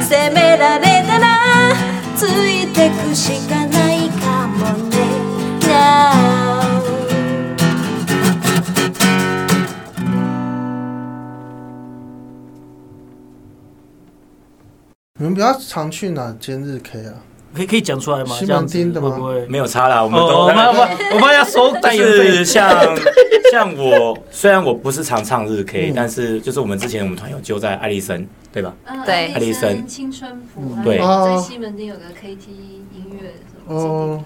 Speaker 6: 責められたらついてくしかないかもね Now
Speaker 1: 你们比较常去哪间日 K 啊？
Speaker 4: 可以可以讲出来吗？
Speaker 1: 西
Speaker 4: 这
Speaker 1: 门
Speaker 4: 样子
Speaker 1: 町的吗嗯
Speaker 4: 会不会？
Speaker 2: 没有差啦，我们
Speaker 4: 哦，
Speaker 2: 都
Speaker 4: 我们我们我们要收代言
Speaker 2: 就是
Speaker 4: 费。
Speaker 2: 像像我，虽然我不是常唱日
Speaker 4: 嗯
Speaker 2: K，但是就是我们之前我们团友就在爱丽森，对吧？
Speaker 4: 哦
Speaker 3: 对
Speaker 2: 爱丽森
Speaker 6: 青春谱
Speaker 2: 对
Speaker 1: 哦
Speaker 6: 在西门町有个 KT 音乐什么
Speaker 1: 哦
Speaker 6: CD 之类的
Speaker 1: 我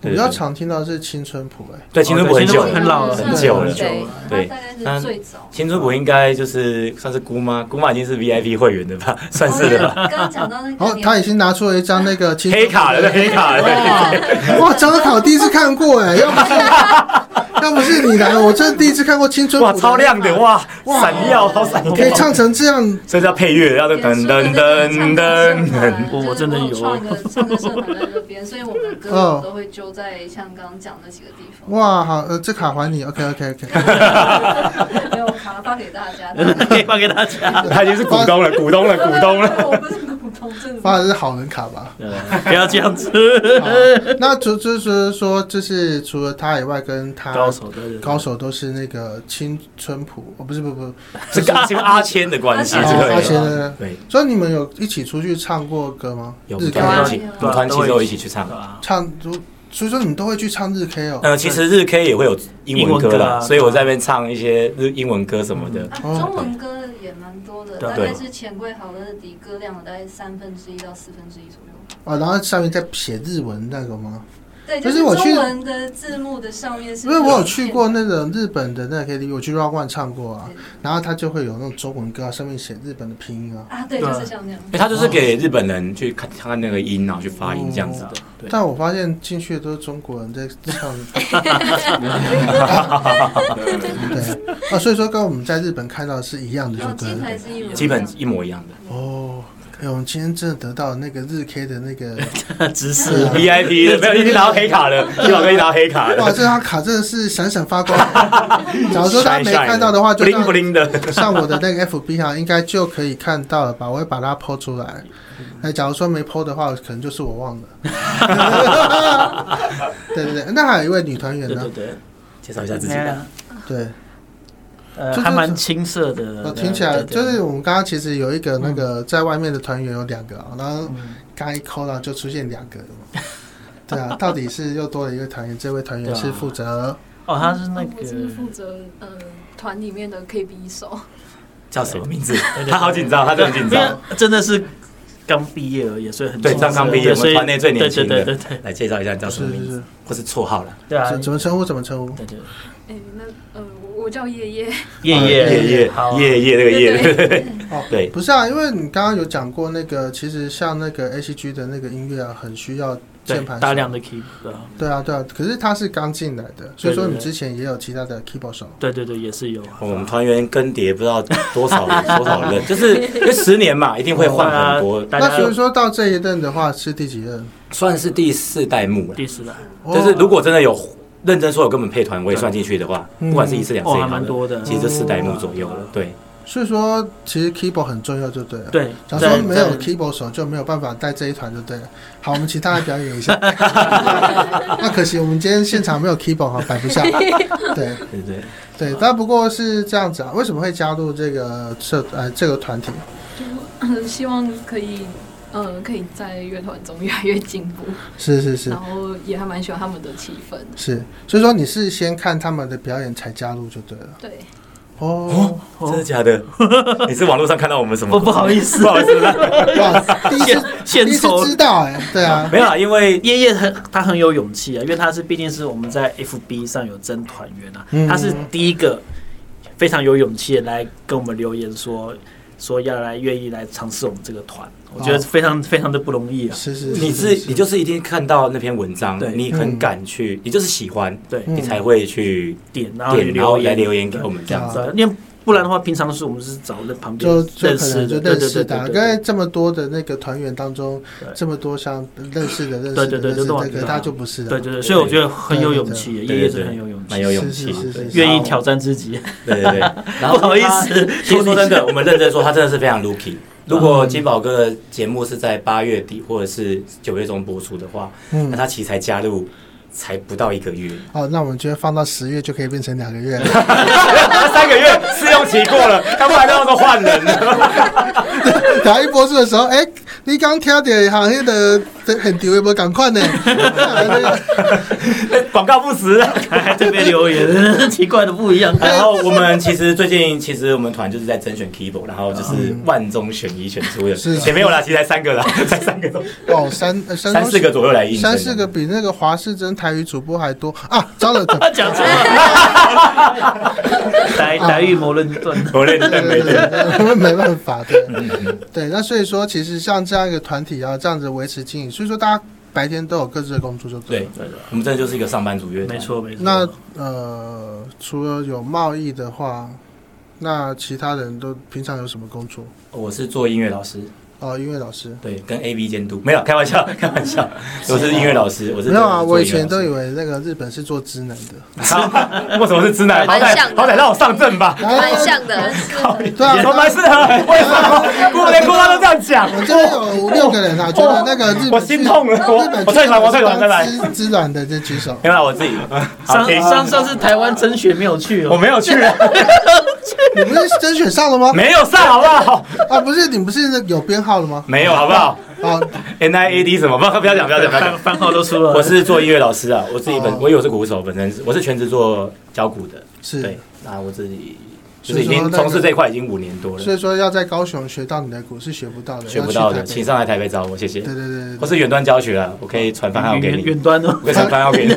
Speaker 1: 比较常听到是青春谱，哎，
Speaker 2: 对，青春
Speaker 4: 哦
Speaker 2: 部
Speaker 4: 对
Speaker 2: 很久
Speaker 4: 青春部很老了，嗯
Speaker 2: 很久了。
Speaker 3: 对
Speaker 2: 对
Speaker 6: 大概
Speaker 2: 那
Speaker 6: 是最早。
Speaker 2: 青春部应该就是算是姑妈，姑妈已经是 VIP 会员的 吧，算是的
Speaker 4: 哦
Speaker 2: 吧。
Speaker 6: 刚刚讲到那
Speaker 1: 然后
Speaker 6: 个
Speaker 1: 哦他已经拿出了一张那个青春
Speaker 2: 黑卡了，对，黑卡了，对
Speaker 1: 哇，张卡我第一次看过哎，要不是 要不是你来，我真的第一次看过青春
Speaker 2: 哇，
Speaker 1: 舞
Speaker 2: 超亮的，哇，闪耀，好闪耀，
Speaker 1: 可以唱成这样，
Speaker 2: 所以叫配乐，要噔噔噔噔，
Speaker 4: 哦我我真的有
Speaker 6: 就是我有创一个唱歌社团在那边，所以我
Speaker 1: 哦
Speaker 6: 们歌手都会揪在像刚刚讲那几个地 方。
Speaker 1: 哇，好，呃，这卡还你，OK OK OK，
Speaker 6: 没有卡发给大家，
Speaker 4: 可以发给大 家，
Speaker 2: 他已经是股东了，股东了，股 东了。
Speaker 6: 我不是股东，真的。
Speaker 1: 发的是好人卡吧？
Speaker 4: 不要这样子。
Speaker 1: 好 那除就是说，就是除了他以外，跟他
Speaker 4: 高手对对对
Speaker 1: 高手都是那个青春谱，哦，不是不不，哦
Speaker 2: 是跟阿是跟阿谦的关系，
Speaker 6: 阿
Speaker 2: 这
Speaker 6: 谦
Speaker 2: 个
Speaker 1: 阿谦的
Speaker 2: 对，
Speaker 1: 所以你们有一起出去唱过歌吗？
Speaker 2: 有啊
Speaker 1: 日
Speaker 2: 我们
Speaker 1: K 啊
Speaker 2: 团
Speaker 1: 吗
Speaker 2: 一起，我们团其实都一起去唱
Speaker 4: 对。啊
Speaker 1: 唱，所以说你们都会去唱日 K 哦。
Speaker 2: 呃，其实日 K 也会有英文歌
Speaker 4: 英文歌啊
Speaker 2: 啦，所以我在那边唱一些日英文歌什么的。
Speaker 1: 哦
Speaker 6: 啊
Speaker 1: 啊
Speaker 6: 中文歌也蛮多的，
Speaker 4: 对
Speaker 6: 大概是钱柜好乐迪歌量的大概三分之一到四分之一左右。
Speaker 1: 啊，然后下面再写日文那个吗？
Speaker 6: 对，
Speaker 1: 可
Speaker 6: 就是是
Speaker 1: 我去
Speaker 6: 中文的字幕的上面是。
Speaker 1: 因为我有去过那个日本的那个 KTV，我去 Rock One 唱过啊，然后他就会有那种中文歌，啊上面写日本的拼音啊。
Speaker 6: 啊，对，
Speaker 4: 对啊
Speaker 6: 就是像这样。
Speaker 2: 因为他就是给日本人去看看那个音，然后去发音这样子
Speaker 4: 是
Speaker 2: 的
Speaker 4: 的。对
Speaker 1: 但我发现进去的都是中国人在唱， 对哦啊，所以说跟我们在日本看到的是一样的，
Speaker 6: 然后
Speaker 1: 就对
Speaker 6: 金
Speaker 1: 了
Speaker 6: 牌是一模一样
Speaker 2: 基本一模一样的。
Speaker 1: 哦。哎我们今天真的得到那个日 K 的那 个，
Speaker 4: 知识
Speaker 1: 是啊
Speaker 2: VIP 没有，已经拿到黑卡了，金宝哥已经拿到黑卡
Speaker 1: 哇，
Speaker 2: 了，
Speaker 1: 这张卡真的是闪闪 发光。假如说大家没看到的话，就
Speaker 2: b l i
Speaker 1: 上
Speaker 2: n 的，
Speaker 1: 上我的那个 FB 啊，应该就可以看到了吧？我会把它剖出来。那假如说没剖的话，可能就是我忘了。 对对对，那还有一位女团员
Speaker 4: 对
Speaker 1: 呢
Speaker 4: 对，对，
Speaker 2: 介绍一下自己
Speaker 4: 哎
Speaker 2: 吧。
Speaker 4: 呀
Speaker 1: 对，
Speaker 4: 呃，
Speaker 1: 就
Speaker 4: 还
Speaker 1: 是
Speaker 4: 蛮青涩的。
Speaker 1: 我
Speaker 4: 对
Speaker 1: 听起来
Speaker 4: 对对
Speaker 1: 就是我们刚刚其实有一个那个在外面的团员有两个啊，然后
Speaker 4: 嗯
Speaker 1: 刚刚一扣到就出现两个了嘛。 对啊，到底是又多了一位团员，这位团员
Speaker 4: 啊
Speaker 1: 是负责
Speaker 4: 哦，他是那
Speaker 3: 我是负
Speaker 4: 个
Speaker 3: 责呃团里面的 KB 手，
Speaker 2: 叫什么名字？ 他好紧张，他真的很紧
Speaker 4: 因为
Speaker 2: 张。
Speaker 4: 真的是刚毕业而已，所以很
Speaker 2: 对
Speaker 4: 青涩
Speaker 2: 刚毕业我
Speaker 4: 对
Speaker 2: 们
Speaker 4: 所以
Speaker 2: 团内最年轻的
Speaker 4: 对对对对啊
Speaker 2: 来介绍一下你叫什
Speaker 1: 是
Speaker 2: 么
Speaker 1: 是
Speaker 2: 名字，
Speaker 1: 是，
Speaker 2: 或是绰号啦。
Speaker 4: 对啊，
Speaker 1: 怎怎么称呼？怎么称呼？
Speaker 4: 对对，
Speaker 3: 哎、那呃我我叫叶 叶，
Speaker 4: 夜
Speaker 2: 夜夜
Speaker 4: 好啊
Speaker 2: 夜夜那个
Speaker 3: 对
Speaker 2: 夜，
Speaker 1: 哦，
Speaker 2: 对
Speaker 1: 不是啊，因为你刚刚有讲过那个，其实像那个 H G 的那个音乐啊，很需要
Speaker 4: 对
Speaker 1: 键盘手
Speaker 4: 大量的 key，对啊
Speaker 1: 对啊，对啊，可是他是刚进来的，所以说
Speaker 4: 对对
Speaker 1: 你之前也有其他的 keyboard 手，
Speaker 4: 对对对，也是有啊。
Speaker 2: 我们团员更迭不知道多少多少 任，就是因为十年嘛，一定会换很多，
Speaker 4: 大
Speaker 1: 那
Speaker 4: 家
Speaker 1: 所以说到这一任的话是第几任？
Speaker 2: 算是第四代目了。
Speaker 4: 第四代，
Speaker 1: 哦
Speaker 2: 就是如果真的有认真说有跟我们配团，我也算进去的话，
Speaker 1: 嗯
Speaker 2: 不管是一次两次
Speaker 4: 哦，
Speaker 2: 也好
Speaker 4: 还蛮
Speaker 2: 的，
Speaker 4: 多的。哦
Speaker 2: 其实就四代目左右了。对，
Speaker 1: 所以说其实 keyboard 很重要，就对了。，
Speaker 4: 对，
Speaker 1: 假如说没有
Speaker 4: 在
Speaker 1: keyboard 手就没有办法带这一团，就对了。好，我们请大家表演一下。 那可惜我们今天现场没有 keyboard 哈，摆不下。对
Speaker 2: 对对对。
Speaker 1: 对，但不过是这样子啊。为什么会加入这个社呃这个团体？
Speaker 3: 希望可以呃可以在乐团中越来越进步，
Speaker 1: 是是是
Speaker 3: 然后也还蛮喜欢他们的气氛，
Speaker 1: 是，所以说你是先看他们的表演才加入就对了。
Speaker 3: 对，
Speaker 1: 哦，
Speaker 2: 真的假 的？你是网络上看到我们什么？
Speaker 4: 不不好意思
Speaker 2: 不好意思啦，
Speaker 1: 哇， 第一次
Speaker 4: 献
Speaker 1: 第一次
Speaker 4: 丑
Speaker 1: 知道哎、对啊，
Speaker 2: 没有啦，因为
Speaker 4: 夜夜很他很有勇气啊，因为他是毕竟是我们在 FB 上有征团员啊，
Speaker 1: 嗯
Speaker 4: 他是第一个非常有勇气的来跟我们留言说说要来愿意来尝试我们这个团，
Speaker 1: 哦
Speaker 4: 我觉得非常、非常的不容易啊。
Speaker 1: 是是，
Speaker 2: 你是你就是一定看到那篇文章
Speaker 4: 对，
Speaker 2: 你很敢去，你就是喜欢，
Speaker 4: 对，
Speaker 1: 嗯
Speaker 2: 你才会去
Speaker 4: 点然后
Speaker 2: 点，然后
Speaker 4: 留
Speaker 2: 来
Speaker 4: 言
Speaker 2: 留言给我们这样
Speaker 1: 啊
Speaker 2: 子。
Speaker 4: 对，因为不然的话，平常是我们是找那旁边
Speaker 1: 就就
Speaker 4: 认
Speaker 1: 可
Speaker 4: 识
Speaker 1: 能就
Speaker 4: 的，对
Speaker 1: 认
Speaker 4: 对
Speaker 1: 识
Speaker 4: 对
Speaker 1: 的啊，
Speaker 4: 对
Speaker 1: 因
Speaker 4: 对
Speaker 1: 为这么多的那个团员当中
Speaker 4: 对，
Speaker 1: 这么多像认识的认识
Speaker 4: 对对
Speaker 1: 的
Speaker 4: 对
Speaker 1: 认识
Speaker 4: 都懂
Speaker 1: 的，可是
Speaker 4: 对
Speaker 1: 他就不是了，
Speaker 4: 对对对，所以我觉得很有勇气，
Speaker 2: 对对对
Speaker 4: 夜夜是很有勇
Speaker 2: 蛮
Speaker 4: 气，啊
Speaker 2: 有勇气
Speaker 1: 是是是，是
Speaker 4: 愿意挑战自己。
Speaker 2: 对 对对，然后
Speaker 4: 不好意思
Speaker 2: 他其实说真 的，嗯我们认真说，他真的是非常 lucky。如果金宝哥的节目是在八月底或者是九月中播出的话，那
Speaker 1: 嗯，
Speaker 2: 他其实才加入才不到一个月，
Speaker 1: 哦，那我们今天放到十月就可以变成两个月了，
Speaker 2: 三个月试用期过 了，他不然都要说换人了。
Speaker 1: 然后一播出的时候，哎，你刚挑的行业的很丢，有没有赶快呢？
Speaker 2: 广告不实。啊
Speaker 4: 还这边留言，奇怪的不一样。
Speaker 2: 然后我们其实最近，其实我们团就是在甄选 keyboard，然后就是万中选一选出的，
Speaker 1: 是
Speaker 2: 也没有啦，其实才三个啦，才三个，
Speaker 1: 哦，三呃三
Speaker 2: 三四个左右来应征，
Speaker 1: 三四个比那个华视真台语主播还多啊！糟了，
Speaker 4: 他讲 出来，台
Speaker 2: 啊
Speaker 4: 台语谋论断。
Speaker 2: 我累
Speaker 1: 对
Speaker 2: 的
Speaker 1: 对
Speaker 2: 没
Speaker 1: 对
Speaker 2: 得。
Speaker 1: 对，我们 没办法的。
Speaker 4: 嗯
Speaker 1: 对，那所以说，其实像这样一个团体啊，这样子维持经营，所以说大家白天都有各自的工作就对了。
Speaker 2: 对，我们真的就是一个上班族乐团，
Speaker 4: 没。错没错。
Speaker 1: 那呃，除了有贸易的话，那其他人都平常有什么工作？
Speaker 2: 我是做音乐老师，
Speaker 1: 哦，音乐老师。
Speaker 2: 对，跟 A B 监督，没有开玩笑，开玩 笑，我是音乐老师，我是
Speaker 1: 没有啊，
Speaker 2: 做
Speaker 1: 我以
Speaker 2: 音乐
Speaker 1: 前
Speaker 2: 老师
Speaker 1: 都以为那个日本是做职能的。
Speaker 2: 好为什么是直男？好
Speaker 3: 蛮像
Speaker 2: 歹
Speaker 3: 的
Speaker 2: 好歹让我上阵吧。
Speaker 3: 蛮像的，
Speaker 6: 呃
Speaker 3: 很适合
Speaker 1: 对啊，
Speaker 2: 你说蛮适合，为什么？我连郭大都这样 讲，
Speaker 1: 我这边有五六个人啊，觉得那个
Speaker 2: 哦
Speaker 1: 日
Speaker 2: 我
Speaker 1: 本是
Speaker 2: 心痛了，我
Speaker 1: 日本
Speaker 2: 我退团，我退团，拜拜。
Speaker 1: 知知软的就举手。
Speaker 2: 没有啊啦，我自己好
Speaker 4: 上
Speaker 2: 停，
Speaker 4: 上上次台湾甄选没有去
Speaker 2: 我
Speaker 4: 哦，
Speaker 2: 没有 去啊，
Speaker 1: 你不是甄选上了吗？
Speaker 2: 没有上，好不好？
Speaker 1: 啊，不是，你不是有编号 了吗？
Speaker 2: 没有，好不好
Speaker 1: 啊，
Speaker 2: ？N I A D 什么？不要不要讲，不要讲，不要
Speaker 4: 番
Speaker 2: 讲。
Speaker 4: 番号都出了。
Speaker 2: 我是做音乐老师啊，我自己
Speaker 1: 哦
Speaker 2: 本我有是鼓手，本身是我是全职做教鼓的，
Speaker 1: 是。
Speaker 2: 对，那我自己就是
Speaker 1: 所以
Speaker 2: 已
Speaker 1: 说
Speaker 2: 经
Speaker 1: 那
Speaker 2: 从事
Speaker 1: 个
Speaker 2: 这一块已经五年多
Speaker 1: 所
Speaker 2: 了，
Speaker 1: 以说要在高雄学到你的鼓是学不到的，
Speaker 2: 学不到的，
Speaker 1: 要去台北
Speaker 2: 请上来台北找我，谢谢
Speaker 1: 对。对对对
Speaker 2: 我
Speaker 1: 对，
Speaker 2: 是远端教学啊，我可以传番号给
Speaker 4: 远
Speaker 2: 你，
Speaker 4: 远端哦
Speaker 2: 我，可以传番号给你。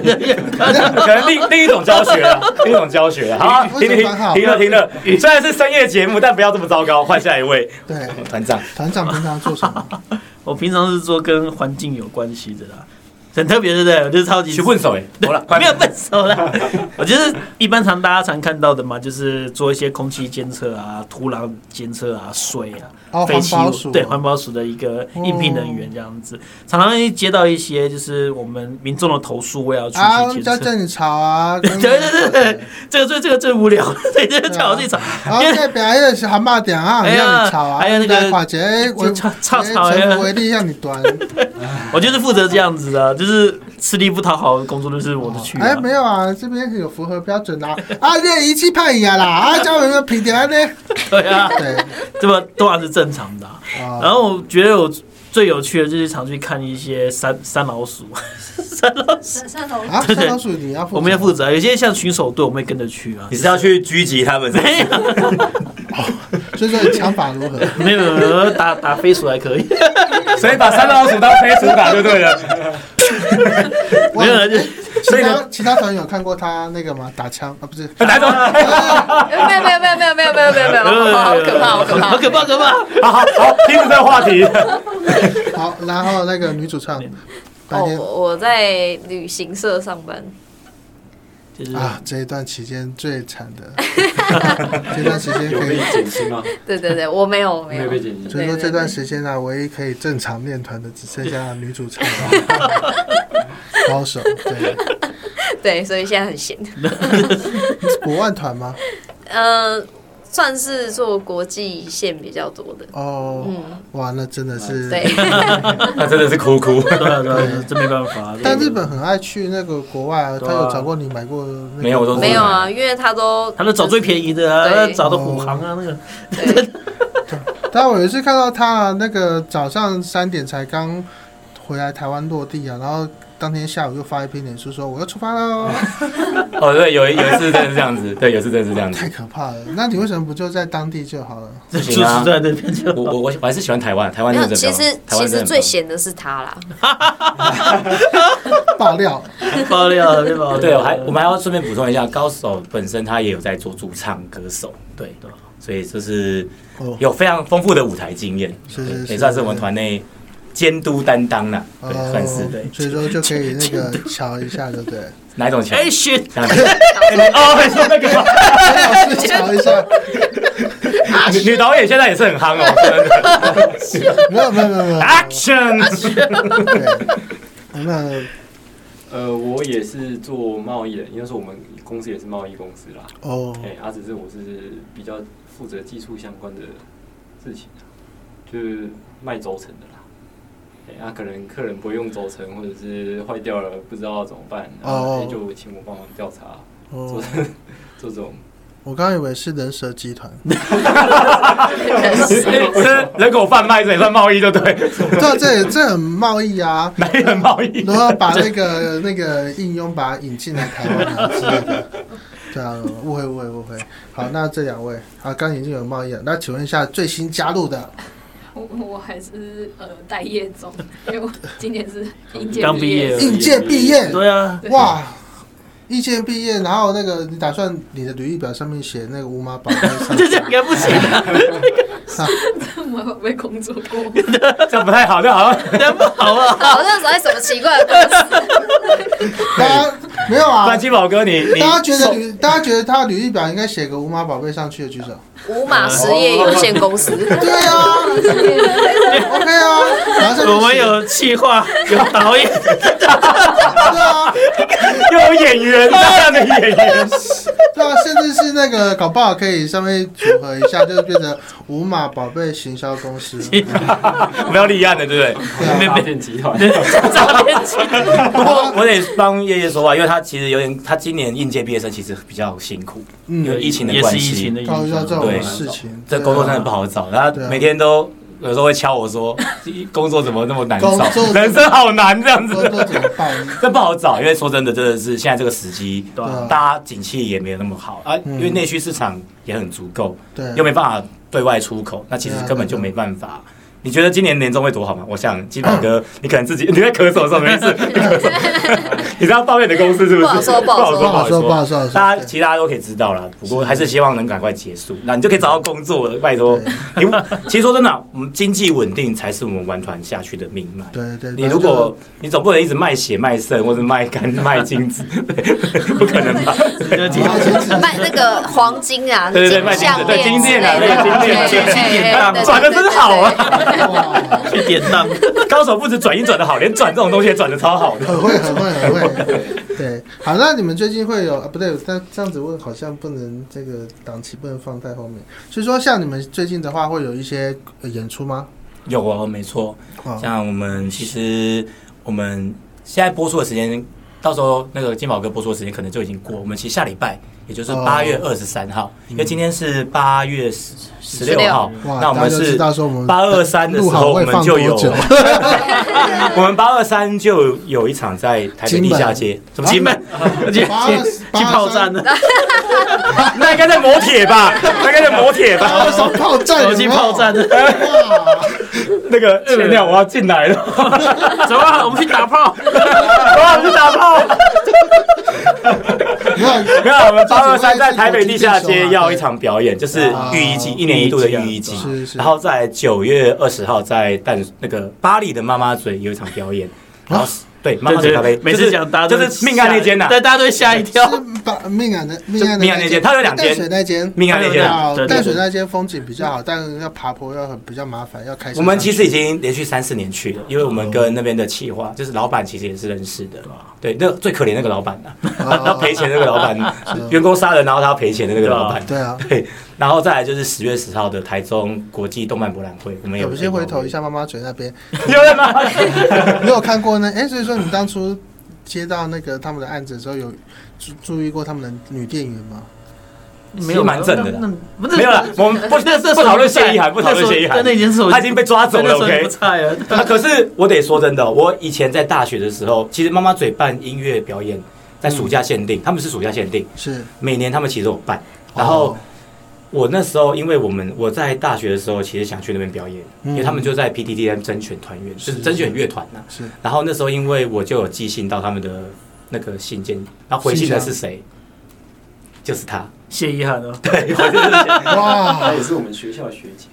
Speaker 2: 可能另另一种教学啊，另一种教学啊。好啊，停停
Speaker 1: 为什么番号
Speaker 2: 停了停了，虽然是深夜节目，但不要这么糟糕，换下一位
Speaker 1: 对
Speaker 2: 团长。
Speaker 1: 团长平常做什么？
Speaker 4: 我平常是做跟环境有关系的啦，很特别，对不对？我就是超级
Speaker 2: 去问手哎，好了，快
Speaker 4: 没有笨手啦， 我就是一般常大家常看到的嘛，就是做一些空气监测啊、土壤监测啊、水啊、
Speaker 1: 哦，
Speaker 4: 废
Speaker 1: 环
Speaker 4: 弃
Speaker 1: 保
Speaker 4: 物
Speaker 1: 署
Speaker 4: 对环保署的一个应聘人员这样子，常常会接到一些就是我们民众的投诉，我也要出
Speaker 1: 啊，
Speaker 4: 去监
Speaker 1: 人家
Speaker 4: 测。
Speaker 1: 叫你吵 啊，
Speaker 4: 对对对对，这个最这个最无聊， 对，这个最好最吵，
Speaker 1: 然后啊代表那个是喊骂点啊，
Speaker 4: 哎呀
Speaker 1: 让你吵啊，
Speaker 4: 还有那个
Speaker 1: 来跨界，哎我
Speaker 4: 就吵吵吵
Speaker 1: 哎
Speaker 4: 呀
Speaker 1: 臣服为例让你 端，
Speaker 4: 我就是负责这样子的，就是吃力不讨好的工作，就是我的区域啊。
Speaker 1: 哎，没有啊，这边有符合标准啊，啊，这仪器判呀啦，啊，叫我们评点啊呢，
Speaker 4: 对啊，
Speaker 1: 对，
Speaker 4: 这么都还是正常的啊、然
Speaker 1: 啊，
Speaker 4: 后我觉得我最有趣的就是常去看一些山山老鼠，山老鼠
Speaker 3: 三三楼
Speaker 1: 啊，三老鼠你要负责，
Speaker 4: 我们要负责，有些像巡守队我们也跟着去 啊
Speaker 2: 你。是要去狙击他们是不是？
Speaker 4: 没有
Speaker 1: 所以说你枪法如何？
Speaker 4: 没有没有打打飞鼠还可以，
Speaker 2: 所以把三老鼠当飞鼠打就对了。
Speaker 4: 没有啊就
Speaker 1: 其
Speaker 2: 以呢
Speaker 1: 他其他团有看过他那个吗？打枪啊，不是，
Speaker 2: 来总，
Speaker 3: 没有没有没有没有没有没有没有没有，好好可怕，好可怕，
Speaker 4: 好可怕可怕！
Speaker 2: 好好好，停止这个话题。
Speaker 1: 好，然后那个女主唱，白天
Speaker 8: 哦，我在旅行社上班，
Speaker 4: 就是
Speaker 1: 啊，这一段期间最惨 的，这段时间
Speaker 7: 有
Speaker 1: 可
Speaker 7: 被
Speaker 1: 以，
Speaker 7: 减薪吗？
Speaker 8: 对对对，我没有我没
Speaker 7: 没有
Speaker 8: 有
Speaker 7: 被，减薪。
Speaker 1: 所以说这段时间呢、唯一可以正常练团的只剩下女主唱， 高手，对，
Speaker 8: 对，所以现在很闲。
Speaker 1: 你是国外团吗？
Speaker 8: 嗯，算是做国际线比较多的，
Speaker 1: 哦，
Speaker 8: 嗯，
Speaker 1: 哇，那真的是，
Speaker 8: 对，
Speaker 2: 那真的是哭哭。
Speaker 4: 对啊对啊，这没办法。
Speaker 1: 但日本很爱去那个国外啊，
Speaker 4: 对
Speaker 1: 他
Speaker 4: 啊
Speaker 1: 有找过你买过那个
Speaker 2: 没有我都
Speaker 8: 没有啊，因为他都
Speaker 4: 他都找最便宜的啊，
Speaker 8: 对
Speaker 4: 他找的虎航啊那
Speaker 1: 哦
Speaker 4: 个，
Speaker 8: 对
Speaker 1: 但我有一次看到他那个早上三点才刚回来台湾落地啊，然后当天下午又发一篇脸书说我要出发喽，
Speaker 8: 嗯
Speaker 2: 哦，对，有一有一次真的是这样子，对，有一次真的是这样子
Speaker 1: 太。可怕了。那你为什么不就在当地就好了？
Speaker 4: 就
Speaker 2: 行
Speaker 4: 是
Speaker 2: 啊
Speaker 4: 在那边就
Speaker 2: 我我我我还是喜欢台湾，台湾
Speaker 8: 没
Speaker 2: 真
Speaker 8: 有
Speaker 2: 的。
Speaker 8: 其实
Speaker 2: 台湾
Speaker 8: 其
Speaker 2: 真的
Speaker 8: 实
Speaker 2: 很
Speaker 8: 最
Speaker 2: 棒
Speaker 8: 闲的是他啦，
Speaker 1: 爆料，
Speaker 4: 爆料啊了，对吧？
Speaker 2: 哦对，我还我们还要顺便补充一下，高手本身他也有在做驻唱歌手，对，
Speaker 4: 对啊
Speaker 2: 所以就是
Speaker 1: 哦
Speaker 2: 有非常丰富的舞台经验，
Speaker 1: 是
Speaker 2: 对
Speaker 1: 是是
Speaker 2: 也算是我们团内监督担当啦，对，
Speaker 1: 哦
Speaker 2: 算是对。
Speaker 1: 所以说就可以那个瞧一下，对不对？
Speaker 2: 哪一种强？
Speaker 4: 哎 shit，
Speaker 2: 哪种哎你哦，你说那个 吗
Speaker 1: 陈老师瞧一下，
Speaker 2: 女女导演现在也是很夯 哦真的
Speaker 1: 没有没有没有没有，
Speaker 2: ，Action！
Speaker 1: 对，那
Speaker 7: 呃，我也是做贸易的，应该说我们公司也是贸易公司啦。
Speaker 1: 哦，
Speaker 7: 哎、啊，只是我是比较负责技术相关的事情啊，就是卖轴承的啦。哎、啊，可能客人不会用轴承，或者是坏掉了不知道怎么办，然后、
Speaker 1: 哦
Speaker 7: 哎就请我帮忙调查，做
Speaker 1: 哦，
Speaker 7: 做这种。
Speaker 1: 我刚以为是人蛇集团，
Speaker 2: 这人口贩卖这也算贸易，对 不对？
Speaker 1: 啊这这这很贸易啊。
Speaker 2: 哪里很贸易？
Speaker 1: 然后把那 个那个应用把它引进来台湾啊之类的。对啊，误会误会误会。好，那这两位啊，刚已经有贸易了，那请问一下最新加入的
Speaker 9: 我我还是呃待业中，因为我今年是应届
Speaker 4: 刚毕业
Speaker 1: 应届毕业，
Speaker 4: 对啊，
Speaker 9: 对
Speaker 1: 哇，应届毕业，然后那个你打算你的履历表上面写那个乌马宝在上
Speaker 4: 这这应该不行
Speaker 1: 哎
Speaker 4: 啊，
Speaker 9: 我有被工作过，
Speaker 2: 这样不太好，这样好像
Speaker 4: 这样不好啊。
Speaker 8: 好像在什么奇怪的公司，
Speaker 1: 大家没有
Speaker 2: 不
Speaker 1: 啊
Speaker 2: 然？金宝哥你你
Speaker 1: 大家觉得履，大家觉得他的履历表应该写个五马宝贝上去的举手。
Speaker 8: 五马实业有限公司，
Speaker 1: 对啊，OK 啊，然后上面写
Speaker 4: 我们有企划，有导 演，
Speaker 1: 对啊，
Speaker 2: 又有演 员，大量的演员，
Speaker 1: 对啊，甚至是那个搞不好可以上面组合一下，就是变成五马宝贝行销 公司。
Speaker 4: 啊
Speaker 2: 不要立案了，对不对？
Speaker 1: 对啊，
Speaker 7: 诈骗集团，
Speaker 4: 诈骗集团
Speaker 2: 不过我得帮叶叶说话，因为他其实有点，他今年应届毕业生其实比较辛苦，因为
Speaker 1: 嗯，
Speaker 2: 疫情的
Speaker 4: 也
Speaker 2: 关
Speaker 4: 是疫情
Speaker 2: 系，
Speaker 4: 的影
Speaker 1: 搞
Speaker 4: 响
Speaker 1: 一下这
Speaker 2: 对
Speaker 1: 种事情，
Speaker 2: 这
Speaker 1: 对啊啊
Speaker 2: 工作真的不好找。他每天都有时候会敲我说，工作怎么那么难
Speaker 1: 工作
Speaker 2: 找，人生好难这样
Speaker 1: 工作
Speaker 2: 子，
Speaker 1: 怎么办？
Speaker 2: 这不好找。因为说真的，真的是现在这个时机，
Speaker 4: 对啊
Speaker 1: 嗯
Speaker 2: 大家景气也没有那么好啊，
Speaker 1: 嗯
Speaker 2: 因为内需市场也很足够，
Speaker 1: 对，嗯
Speaker 2: 又没办法对外出口，那其实根本就没办法。你觉得今年年终会多好吗？我想金宝哥，你可能自己 你在咳嗽的时候没事，你咳嗽你是要抱怨你的公司是不是？
Speaker 8: 不好说不好说
Speaker 2: 不
Speaker 1: 不好
Speaker 2: 好
Speaker 1: 说，
Speaker 2: 说，
Speaker 1: 不好说，不好说
Speaker 2: 大家其实大家都可以知道啦，不过还是希望能赶快结束，那你就可以找到工作了。拜托，你其实说真的啊，我们经济稳定才是我们玩团下去的命脉。
Speaker 1: 对对，
Speaker 2: 你如果你总不能一直卖血卖肾或者卖肝卖精 子，对不可能吧？
Speaker 8: 卖那个黄金啊，
Speaker 2: 对对对
Speaker 8: 金项
Speaker 2: 卖金子对金链啊
Speaker 8: 链之类的
Speaker 2: 对金链
Speaker 8: 对对
Speaker 4: 金链
Speaker 8: 对
Speaker 4: 当
Speaker 8: 对对
Speaker 2: 转得真好啊
Speaker 8: 对对对对
Speaker 4: 去典当，
Speaker 2: 高手不止转一转的好，连转这种东西也转的超好的。
Speaker 1: 很会，很会，很会。对，好，那你们最近会有啊？不对，但这样子问好像不能，这个档期不能放在后面。所以说，像你们最近的话，会有一些呃演出吗？
Speaker 2: 有哦，没错。
Speaker 1: 啊、
Speaker 2: 像我们其实我们现在播出的时间，到时候那个金宝哥播出的时间可能就已经过。我们其实下礼拜，也就是
Speaker 1: 哦嗯
Speaker 2: 八月二十三号，因为今天是八月十十六号，
Speaker 1: 哇，
Speaker 2: 那我
Speaker 1: 大
Speaker 2: 们
Speaker 1: 家就知
Speaker 2: 是
Speaker 1: 道说我们
Speaker 2: 八二三的时
Speaker 1: 录好
Speaker 2: 候我
Speaker 1: 会
Speaker 2: 们
Speaker 1: 放
Speaker 2: 就
Speaker 1: 多
Speaker 2: 有
Speaker 1: 久？
Speaker 2: 我们八二三就有一场在台北地下街，什么金门？
Speaker 4: 去去
Speaker 1: 八二八
Speaker 4: 去
Speaker 1: 二
Speaker 4: 炮
Speaker 1: 三
Speaker 4: 战呢，
Speaker 2: 那应该在磨铁 吧？那应该在磨铁
Speaker 1: 八
Speaker 2: 吧
Speaker 1: 二？ 三炮战有
Speaker 4: 手
Speaker 1: 没有，
Speaker 4: 机炮 战呢，
Speaker 1: 哇！
Speaker 2: 那个
Speaker 1: 呃
Speaker 2: 前两我要进来了，
Speaker 4: 走啊，我们去打炮，
Speaker 2: 我要去打炮。
Speaker 1: 你看，
Speaker 2: 没有，我们八二三在台北地下街要一场表演，就是
Speaker 1: 啊
Speaker 2: 浴衣季一年一度的浴衣季
Speaker 1: 是，是
Speaker 2: 然后在九月二十号在淡那个巴黎的妈妈嘴有一场表
Speaker 1: 啊
Speaker 2: 演，然后对妈妈嘴咖啡，
Speaker 4: 每
Speaker 2: 就
Speaker 4: 次
Speaker 2: 是
Speaker 4: 讲大家都
Speaker 2: 就是命案那间呐，
Speaker 4: 对，大家都会吓一跳。
Speaker 1: 是把命案的命案的
Speaker 2: 命案那间它有两间
Speaker 1: 淡水那间。
Speaker 2: 命案那间啊。
Speaker 1: 啊
Speaker 4: 对对，对
Speaker 1: 淡水那间风景比较好，但要爬坡要很比较麻烦，要开车上去。
Speaker 2: 我们其实已经连续三四年去了，因为我们跟那边的企划，就是老板其实也是认识的。
Speaker 1: 啊
Speaker 2: 对，那最可怜那个老板呐、
Speaker 1: 哦
Speaker 2: 他赔钱那个老板，员工杀人然后他要赔钱的那个老板。
Speaker 1: 啊对啊，
Speaker 2: 对，然后再来就是十月十号的台中国际动漫博览会，我们有
Speaker 1: 我们先回头一，下妈妈嘴那边，
Speaker 2: 有人吗？
Speaker 1: 你有看过呢？哎、所以说你当初接到那个他们的案子的时候，有注注意过他们的女店员吗？
Speaker 2: 没有蛮正的啦
Speaker 4: 那那 那
Speaker 2: 没有 啦，我们不
Speaker 4: 那那
Speaker 2: 不讨论谢意涵，不讨论谢意涵，
Speaker 4: 那已经是
Speaker 2: 他已经被抓走了。OK，
Speaker 4: 不菜了。
Speaker 2: 啊，可是我得说真的哦，我以前在大学的时候，其实妈妈嘴办音乐表演，在暑假限定，他们是暑假限定，
Speaker 1: 是，
Speaker 2: 每年他们其实有办。然后我那时候，因为我们我在大学的时候，其实想去那边表演，
Speaker 1: 嗯
Speaker 2: 因为他们就在 PTTM 甄选团员，就是
Speaker 1: 是
Speaker 2: 甄选乐团呐、啊
Speaker 1: 是
Speaker 2: 然后那时候，因为我就有寄信到他们的那个信件，然后回信的是谁？就是他，
Speaker 4: 谢一涵哦，
Speaker 2: 对，回信的是谁
Speaker 1: 哇
Speaker 7: 她，也是我们学校的学姐，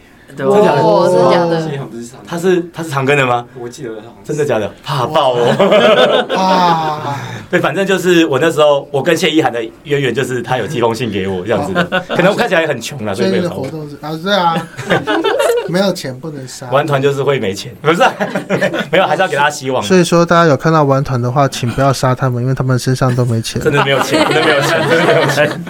Speaker 2: 真
Speaker 4: 对
Speaker 2: 的假的
Speaker 4: 吧？
Speaker 8: 哦，真的假
Speaker 1: 嗯
Speaker 7: 谢
Speaker 8: 的？
Speaker 7: 一涵不是长，
Speaker 2: 他是他是长庚的吗？
Speaker 7: 我记得她好像
Speaker 2: 真的假的？怕爆哦！
Speaker 1: 啊，
Speaker 2: 对，反正就是我那时候，我跟谢依涵的渊源就是他有寄封信给我这样子 的，可能我看起来也很穷了，所
Speaker 1: 所
Speaker 2: 以没
Speaker 1: 以你
Speaker 2: 有
Speaker 1: 的
Speaker 2: 找我
Speaker 1: 活动啊是啊，对啊， 没有钱不能杀。
Speaker 2: 玩团就是会没钱，不是 啊、没有，还是要给他希望。
Speaker 1: 所以说，大家有看到玩团的话，请不要杀他们，因为他们身上都没钱。
Speaker 2: 真的没有 钱，真的没有钱，真的没有钱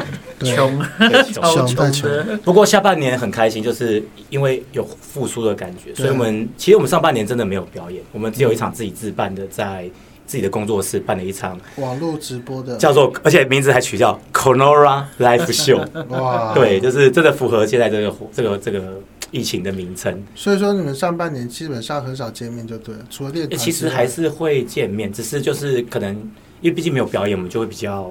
Speaker 1: 对
Speaker 4: 穷，
Speaker 2: 对穷
Speaker 1: 穷
Speaker 4: 超
Speaker 1: 太
Speaker 4: 穷
Speaker 1: 穷
Speaker 4: 的，
Speaker 2: 不过下半年很开心，就是因为有复苏的感觉，
Speaker 1: 对
Speaker 2: 所以我们其实我们上半年真的没有表演，我们只有一场自己自办的，在自己的工作室办了一场，
Speaker 1: 网络直播的，
Speaker 2: 叫做而且名字还取叫 Conora Live Show，
Speaker 1: 哇，
Speaker 2: 对，。就是真的符合现在这个这个这个疫情的名称。
Speaker 1: 所以说，你们上半年基本上很少见面，就对了，除了练
Speaker 2: 欸
Speaker 1: 团之外。
Speaker 2: 其实还是会见面，只是就是可能因为毕竟没有表演，我们就会比较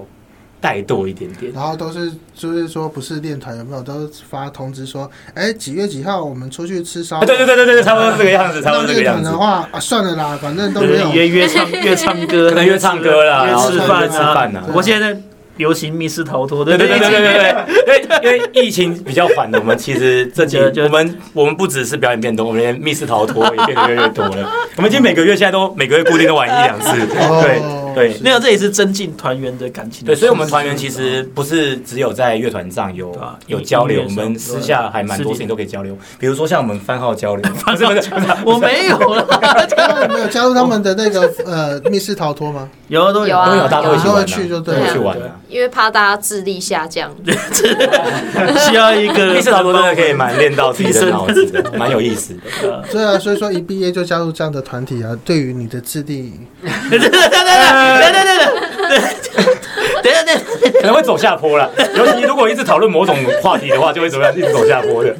Speaker 2: 怠惰一点点。
Speaker 1: 然后都是就是说不是练团有没有都是发通知说，哎几月几号我们出去吃烧
Speaker 2: 啊，
Speaker 1: 烤。
Speaker 2: 对对对对对，差不多是这个样子，差不
Speaker 1: 那
Speaker 2: 多是这个
Speaker 1: 练
Speaker 2: 样
Speaker 1: 团
Speaker 2: 子
Speaker 1: 的。话啊算了啦，反正都
Speaker 4: 就
Speaker 1: 没
Speaker 4: 是
Speaker 1: 有。
Speaker 4: 约约唱约唱歌，
Speaker 2: 可能约唱歌啦，
Speaker 4: 约
Speaker 2: 然后
Speaker 4: 吃饭
Speaker 2: 吃饭
Speaker 4: 啊。
Speaker 2: 呐
Speaker 1: 对。
Speaker 4: 不过现在流行密室逃脱，
Speaker 2: 对对对对
Speaker 4: 对
Speaker 2: 对对对，因为因为疫情比较缓了，我们其 实这几
Speaker 4: 就就
Speaker 2: 我们我们不只是表演变多，我们连密室逃脱也变得越来越多了。我们已经每个月现在都每个月固定都玩一两次，
Speaker 1: 哦
Speaker 2: 对对
Speaker 4: 那个这也是增进团员的感情的
Speaker 2: 对，
Speaker 4: 事情。
Speaker 2: 所以我们团员其实不是只有在乐团上有
Speaker 4: 嗯对啊
Speaker 2: 有交流，
Speaker 4: 音乐
Speaker 2: 我
Speaker 4: 上
Speaker 2: 们私下还蛮多事情都可以交流，比如说像我们番号交流，不是不是，不是
Speaker 4: 我没有了，
Speaker 1: 那你们有加入他们的那个呃密室逃脱吗？
Speaker 4: 有啊都
Speaker 8: 有啊
Speaker 2: 都有大家都一起
Speaker 1: 都
Speaker 2: 玩
Speaker 1: 会
Speaker 2: 啊，
Speaker 1: 去就
Speaker 2: 都
Speaker 1: 对
Speaker 2: 会去
Speaker 8: 了
Speaker 2: 玩啊。
Speaker 8: 因为怕大家智力下降，
Speaker 4: 需要一 个
Speaker 2: 密室逃脱真的可以蛮练到自己的脑子的，蛮有意思的。
Speaker 1: 对啊，所以说一毕业就加入这样的团体啊，对于你的智力，
Speaker 4: 对对对对对对对对对对对，
Speaker 2: 可能会走下坡啦。尤其如果一直讨论某种话题的话，就会怎么样，一直走下坡的。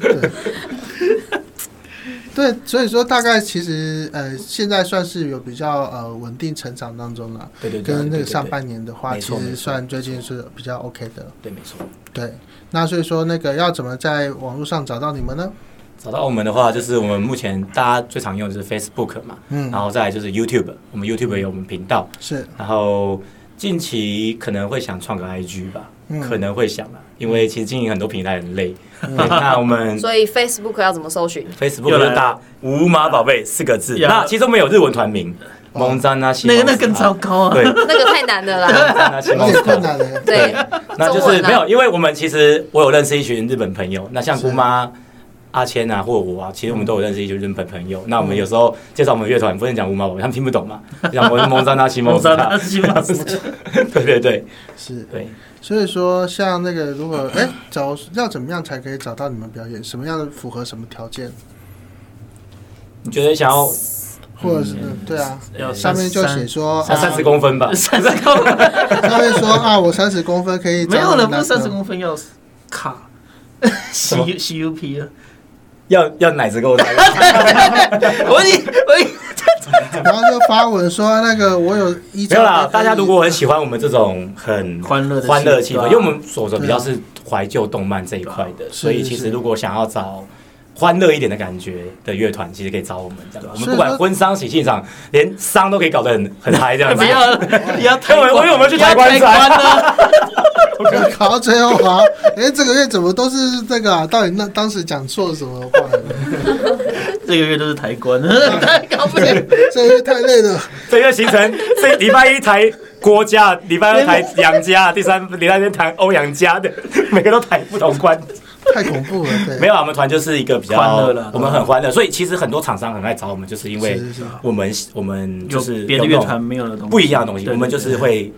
Speaker 1: 对，所以说大概其实呃现在算是有比较呃稳定成长当中了。
Speaker 2: 对对对，
Speaker 1: 跟那
Speaker 2: 对
Speaker 1: 个上，半年的话，
Speaker 2: 没
Speaker 1: 其
Speaker 2: 错
Speaker 1: 实
Speaker 2: 没错
Speaker 1: 算最近是比较 OK 的了。
Speaker 2: 对对对，没错。
Speaker 1: 对，那所以说那个要怎么在网络上找到你们呢？
Speaker 2: 找到我们的话，就是我们目前大家最常用的就是 Facebook 嘛，
Speaker 1: 嗯，
Speaker 2: 然后再来就是 YouTube，我们 YouTube 也有我们频道，
Speaker 1: 是，
Speaker 2: 然后近期可能会想创个 IG 吧，
Speaker 1: 嗯，
Speaker 2: 可能会想啦，啊因为其实经营很多平台很累。对那我们
Speaker 8: 所以 Facebook 要怎么搜寻？
Speaker 2: Facebook
Speaker 4: 嗯又来了
Speaker 2: 就打“无码宝贝”四个字，
Speaker 4: 呀
Speaker 2: 那其中没有日文团名，蒙赞啊，西
Speaker 4: 那个
Speaker 2: 蒙斯
Speaker 4: 那个更
Speaker 2: 啊
Speaker 4: 糟糕啊！
Speaker 2: 对，
Speaker 8: 那个太难了 啦。
Speaker 2: 蒙赞啊， 西
Speaker 1: 有
Speaker 2: 蒙斯
Speaker 1: 点
Speaker 2: 啊
Speaker 1: 困难欸的。
Speaker 8: 对，
Speaker 2: 那就
Speaker 8: 中
Speaker 2: 是
Speaker 8: 文啊
Speaker 2: 没有，因为我们其实我有认识一群日本朋友，那像姑妈、阿谦啊，或者我啊，其实我们都有认识一群日本朋
Speaker 4: 嗯
Speaker 2: 友。那我们有时候介绍我们乐团，不能讲五毛宝贝，他们听不懂嘛，讲我们蒙扎纳西蒙
Speaker 4: 蒙
Speaker 2: 扎
Speaker 4: 扎纳
Speaker 2: 纳，
Speaker 4: 啊西马斯，
Speaker 2: 对对对
Speaker 1: 是，
Speaker 2: 对。
Speaker 1: 所以说像那个如果哎找要怎么样才可以找到你们表演，什么样的符合什么条件，
Speaker 2: 你觉得想要
Speaker 1: 或者是对啊，
Speaker 4: 嗯要
Speaker 1: 上面就写说啊
Speaker 2: 三三十公分吧？
Speaker 4: 三十公分，
Speaker 1: 他会说啊，我三十公分可以找
Speaker 4: 没有了，
Speaker 1: 你男
Speaker 4: 不
Speaker 1: 朋
Speaker 4: 是
Speaker 1: 友
Speaker 4: 三十公分要卡 C
Speaker 2: 么
Speaker 4: C U P 啊！
Speaker 2: 要要奶子够大？
Speaker 4: 我已我已
Speaker 1: 然后就发文说啊那个我有一
Speaker 2: 没有啦，大家如果很喜欢我们这种很
Speaker 4: 欢乐的
Speaker 2: 欢乐的气
Speaker 4: 对
Speaker 2: 氛，
Speaker 4: 啊
Speaker 2: 因为我们走的比较是怀旧动漫这一块的，所以
Speaker 1: 是
Speaker 2: 其
Speaker 1: 是
Speaker 2: 实如果想要找欢乐一点的感觉的乐团，其实可以找我们这样。我们不
Speaker 1: 所以
Speaker 2: 管
Speaker 1: 说
Speaker 2: 婚丧喜庆场，连丧都可以搞得很很嗨这样子
Speaker 4: 不。要了，你要 太
Speaker 2: 我以为我以为我们去抬棺材
Speaker 4: 了，
Speaker 1: 考到最后好，哎，这个月怎么都是这个啊？到底那当时讲错什么话了？
Speaker 4: 这个月都是抬棺，搞不
Speaker 1: 这这个月太累了，
Speaker 2: 这个行程，这礼拜一抬郭家，礼拜二抬杨家，第三礼拜天抬欧阳家的，每个都抬不同关。
Speaker 1: 太恐怖了。对，
Speaker 2: 没有啊，我们团就是一个比较
Speaker 4: 欢乐啦
Speaker 2: 我们很欢乐，所以其实很多厂商很爱找我们，就是因为
Speaker 1: 是是是
Speaker 2: 我们我们就
Speaker 4: 有
Speaker 2: 是
Speaker 4: 别的乐团没有的东西，
Speaker 2: 不一样的东西，
Speaker 4: 对
Speaker 2: 我们就是
Speaker 4: 对
Speaker 2: 会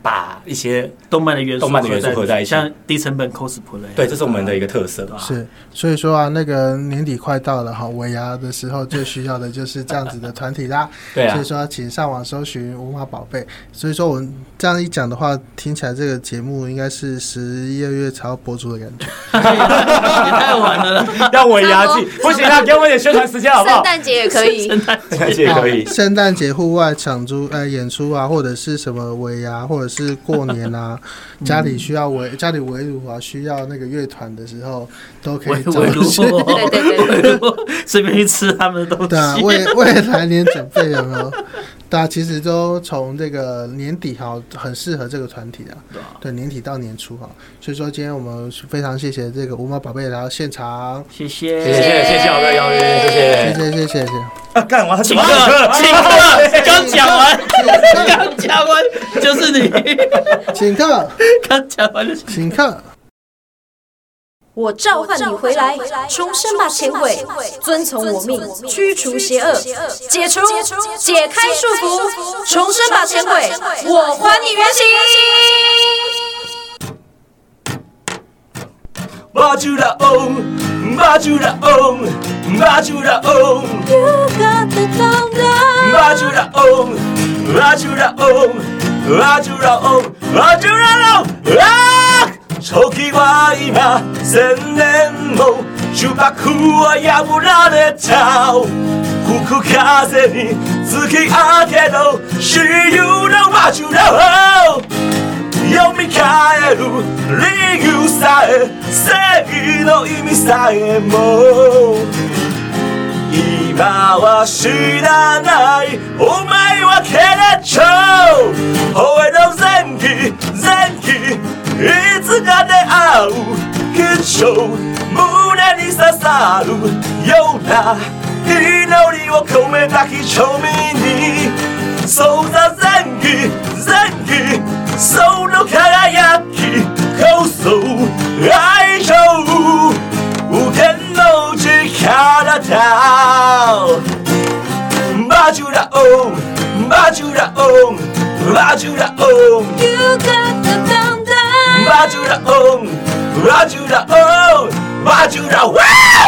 Speaker 2: 把一些
Speaker 4: 动漫的元素，
Speaker 2: 动漫的元素合在一起
Speaker 4: 像低成本 cosplay，
Speaker 2: 对，这是我们的一个特色。
Speaker 4: 对吧
Speaker 1: 是，所以说啊，那个年底快到了哈，尾牙的时候最需要的就是这样子的团体啦。
Speaker 2: 对啊
Speaker 1: 所以，说，请上网搜寻无码宝贝。所以说，我们这样一讲的话，听起来这个节目应该是十一二月才要播出的感觉。
Speaker 4: 也太晚了啦，
Speaker 2: 要尾牙季，不行啊，给我们点宣传时间好不
Speaker 8: 圣
Speaker 2: 好？
Speaker 8: 诞节也可 以，
Speaker 2: 圣诞节可以
Speaker 1: 啊。圣诞节户外场租呃演出啊，或者是什么尾牙，或者是过年啊，家里需要围家里围炉啊，需要那个乐团的时候，都可
Speaker 4: 围
Speaker 1: 以找
Speaker 4: 围炉，
Speaker 1: 去。
Speaker 8: 对对对
Speaker 4: 围炉，随便去吃他们的东
Speaker 1: 对啊，
Speaker 4: 西，
Speaker 1: 未未来年准备有没有？大家其实都从这个年底哈，很适合这个团体啊。
Speaker 4: 对啊
Speaker 1: 对，年底到年初哈，所以说今天我们非常谢谢这个五毛宝贝来到现场，
Speaker 4: 谢
Speaker 2: 谢谢
Speaker 4: 谢。
Speaker 2: 谢谢我们的邀约，谢
Speaker 4: 哎
Speaker 1: 谢
Speaker 2: 谢。
Speaker 1: 谢谢谢谢谢。
Speaker 2: 啊，干完
Speaker 4: 请客，请客，刚讲完，
Speaker 1: 请客
Speaker 4: 刚讲完就是你，
Speaker 1: 请客，
Speaker 4: 刚讲完就是
Speaker 1: 请客。
Speaker 6: 我召唤你回来，重生吧，前伟，遵从我命，驱除邪恶，解除、解开束缚，重生吧，前伟，我还你原形。
Speaker 5: 马吉拉翁，马吉拉翁，马吉拉翁，
Speaker 6: Oh
Speaker 5: 马吉拉翁，马吉拉翁，马吉拉翁，马吉拉翁。あー時は今千年の呪縛は破られた吹く風に突き上げろ自由のマジュラを読み替える理由さえ正義の意味さえも今は知らないお前はケレッチョ吠えの前期前期いつか出会う吉祥胸に刺さるような祈りを込めた貴重みにそうだ前期前期その輝きこそ愛情無限の力だマジュラオンマジュラオンマジュラオンマジュラオンマジュラオンマジュラワー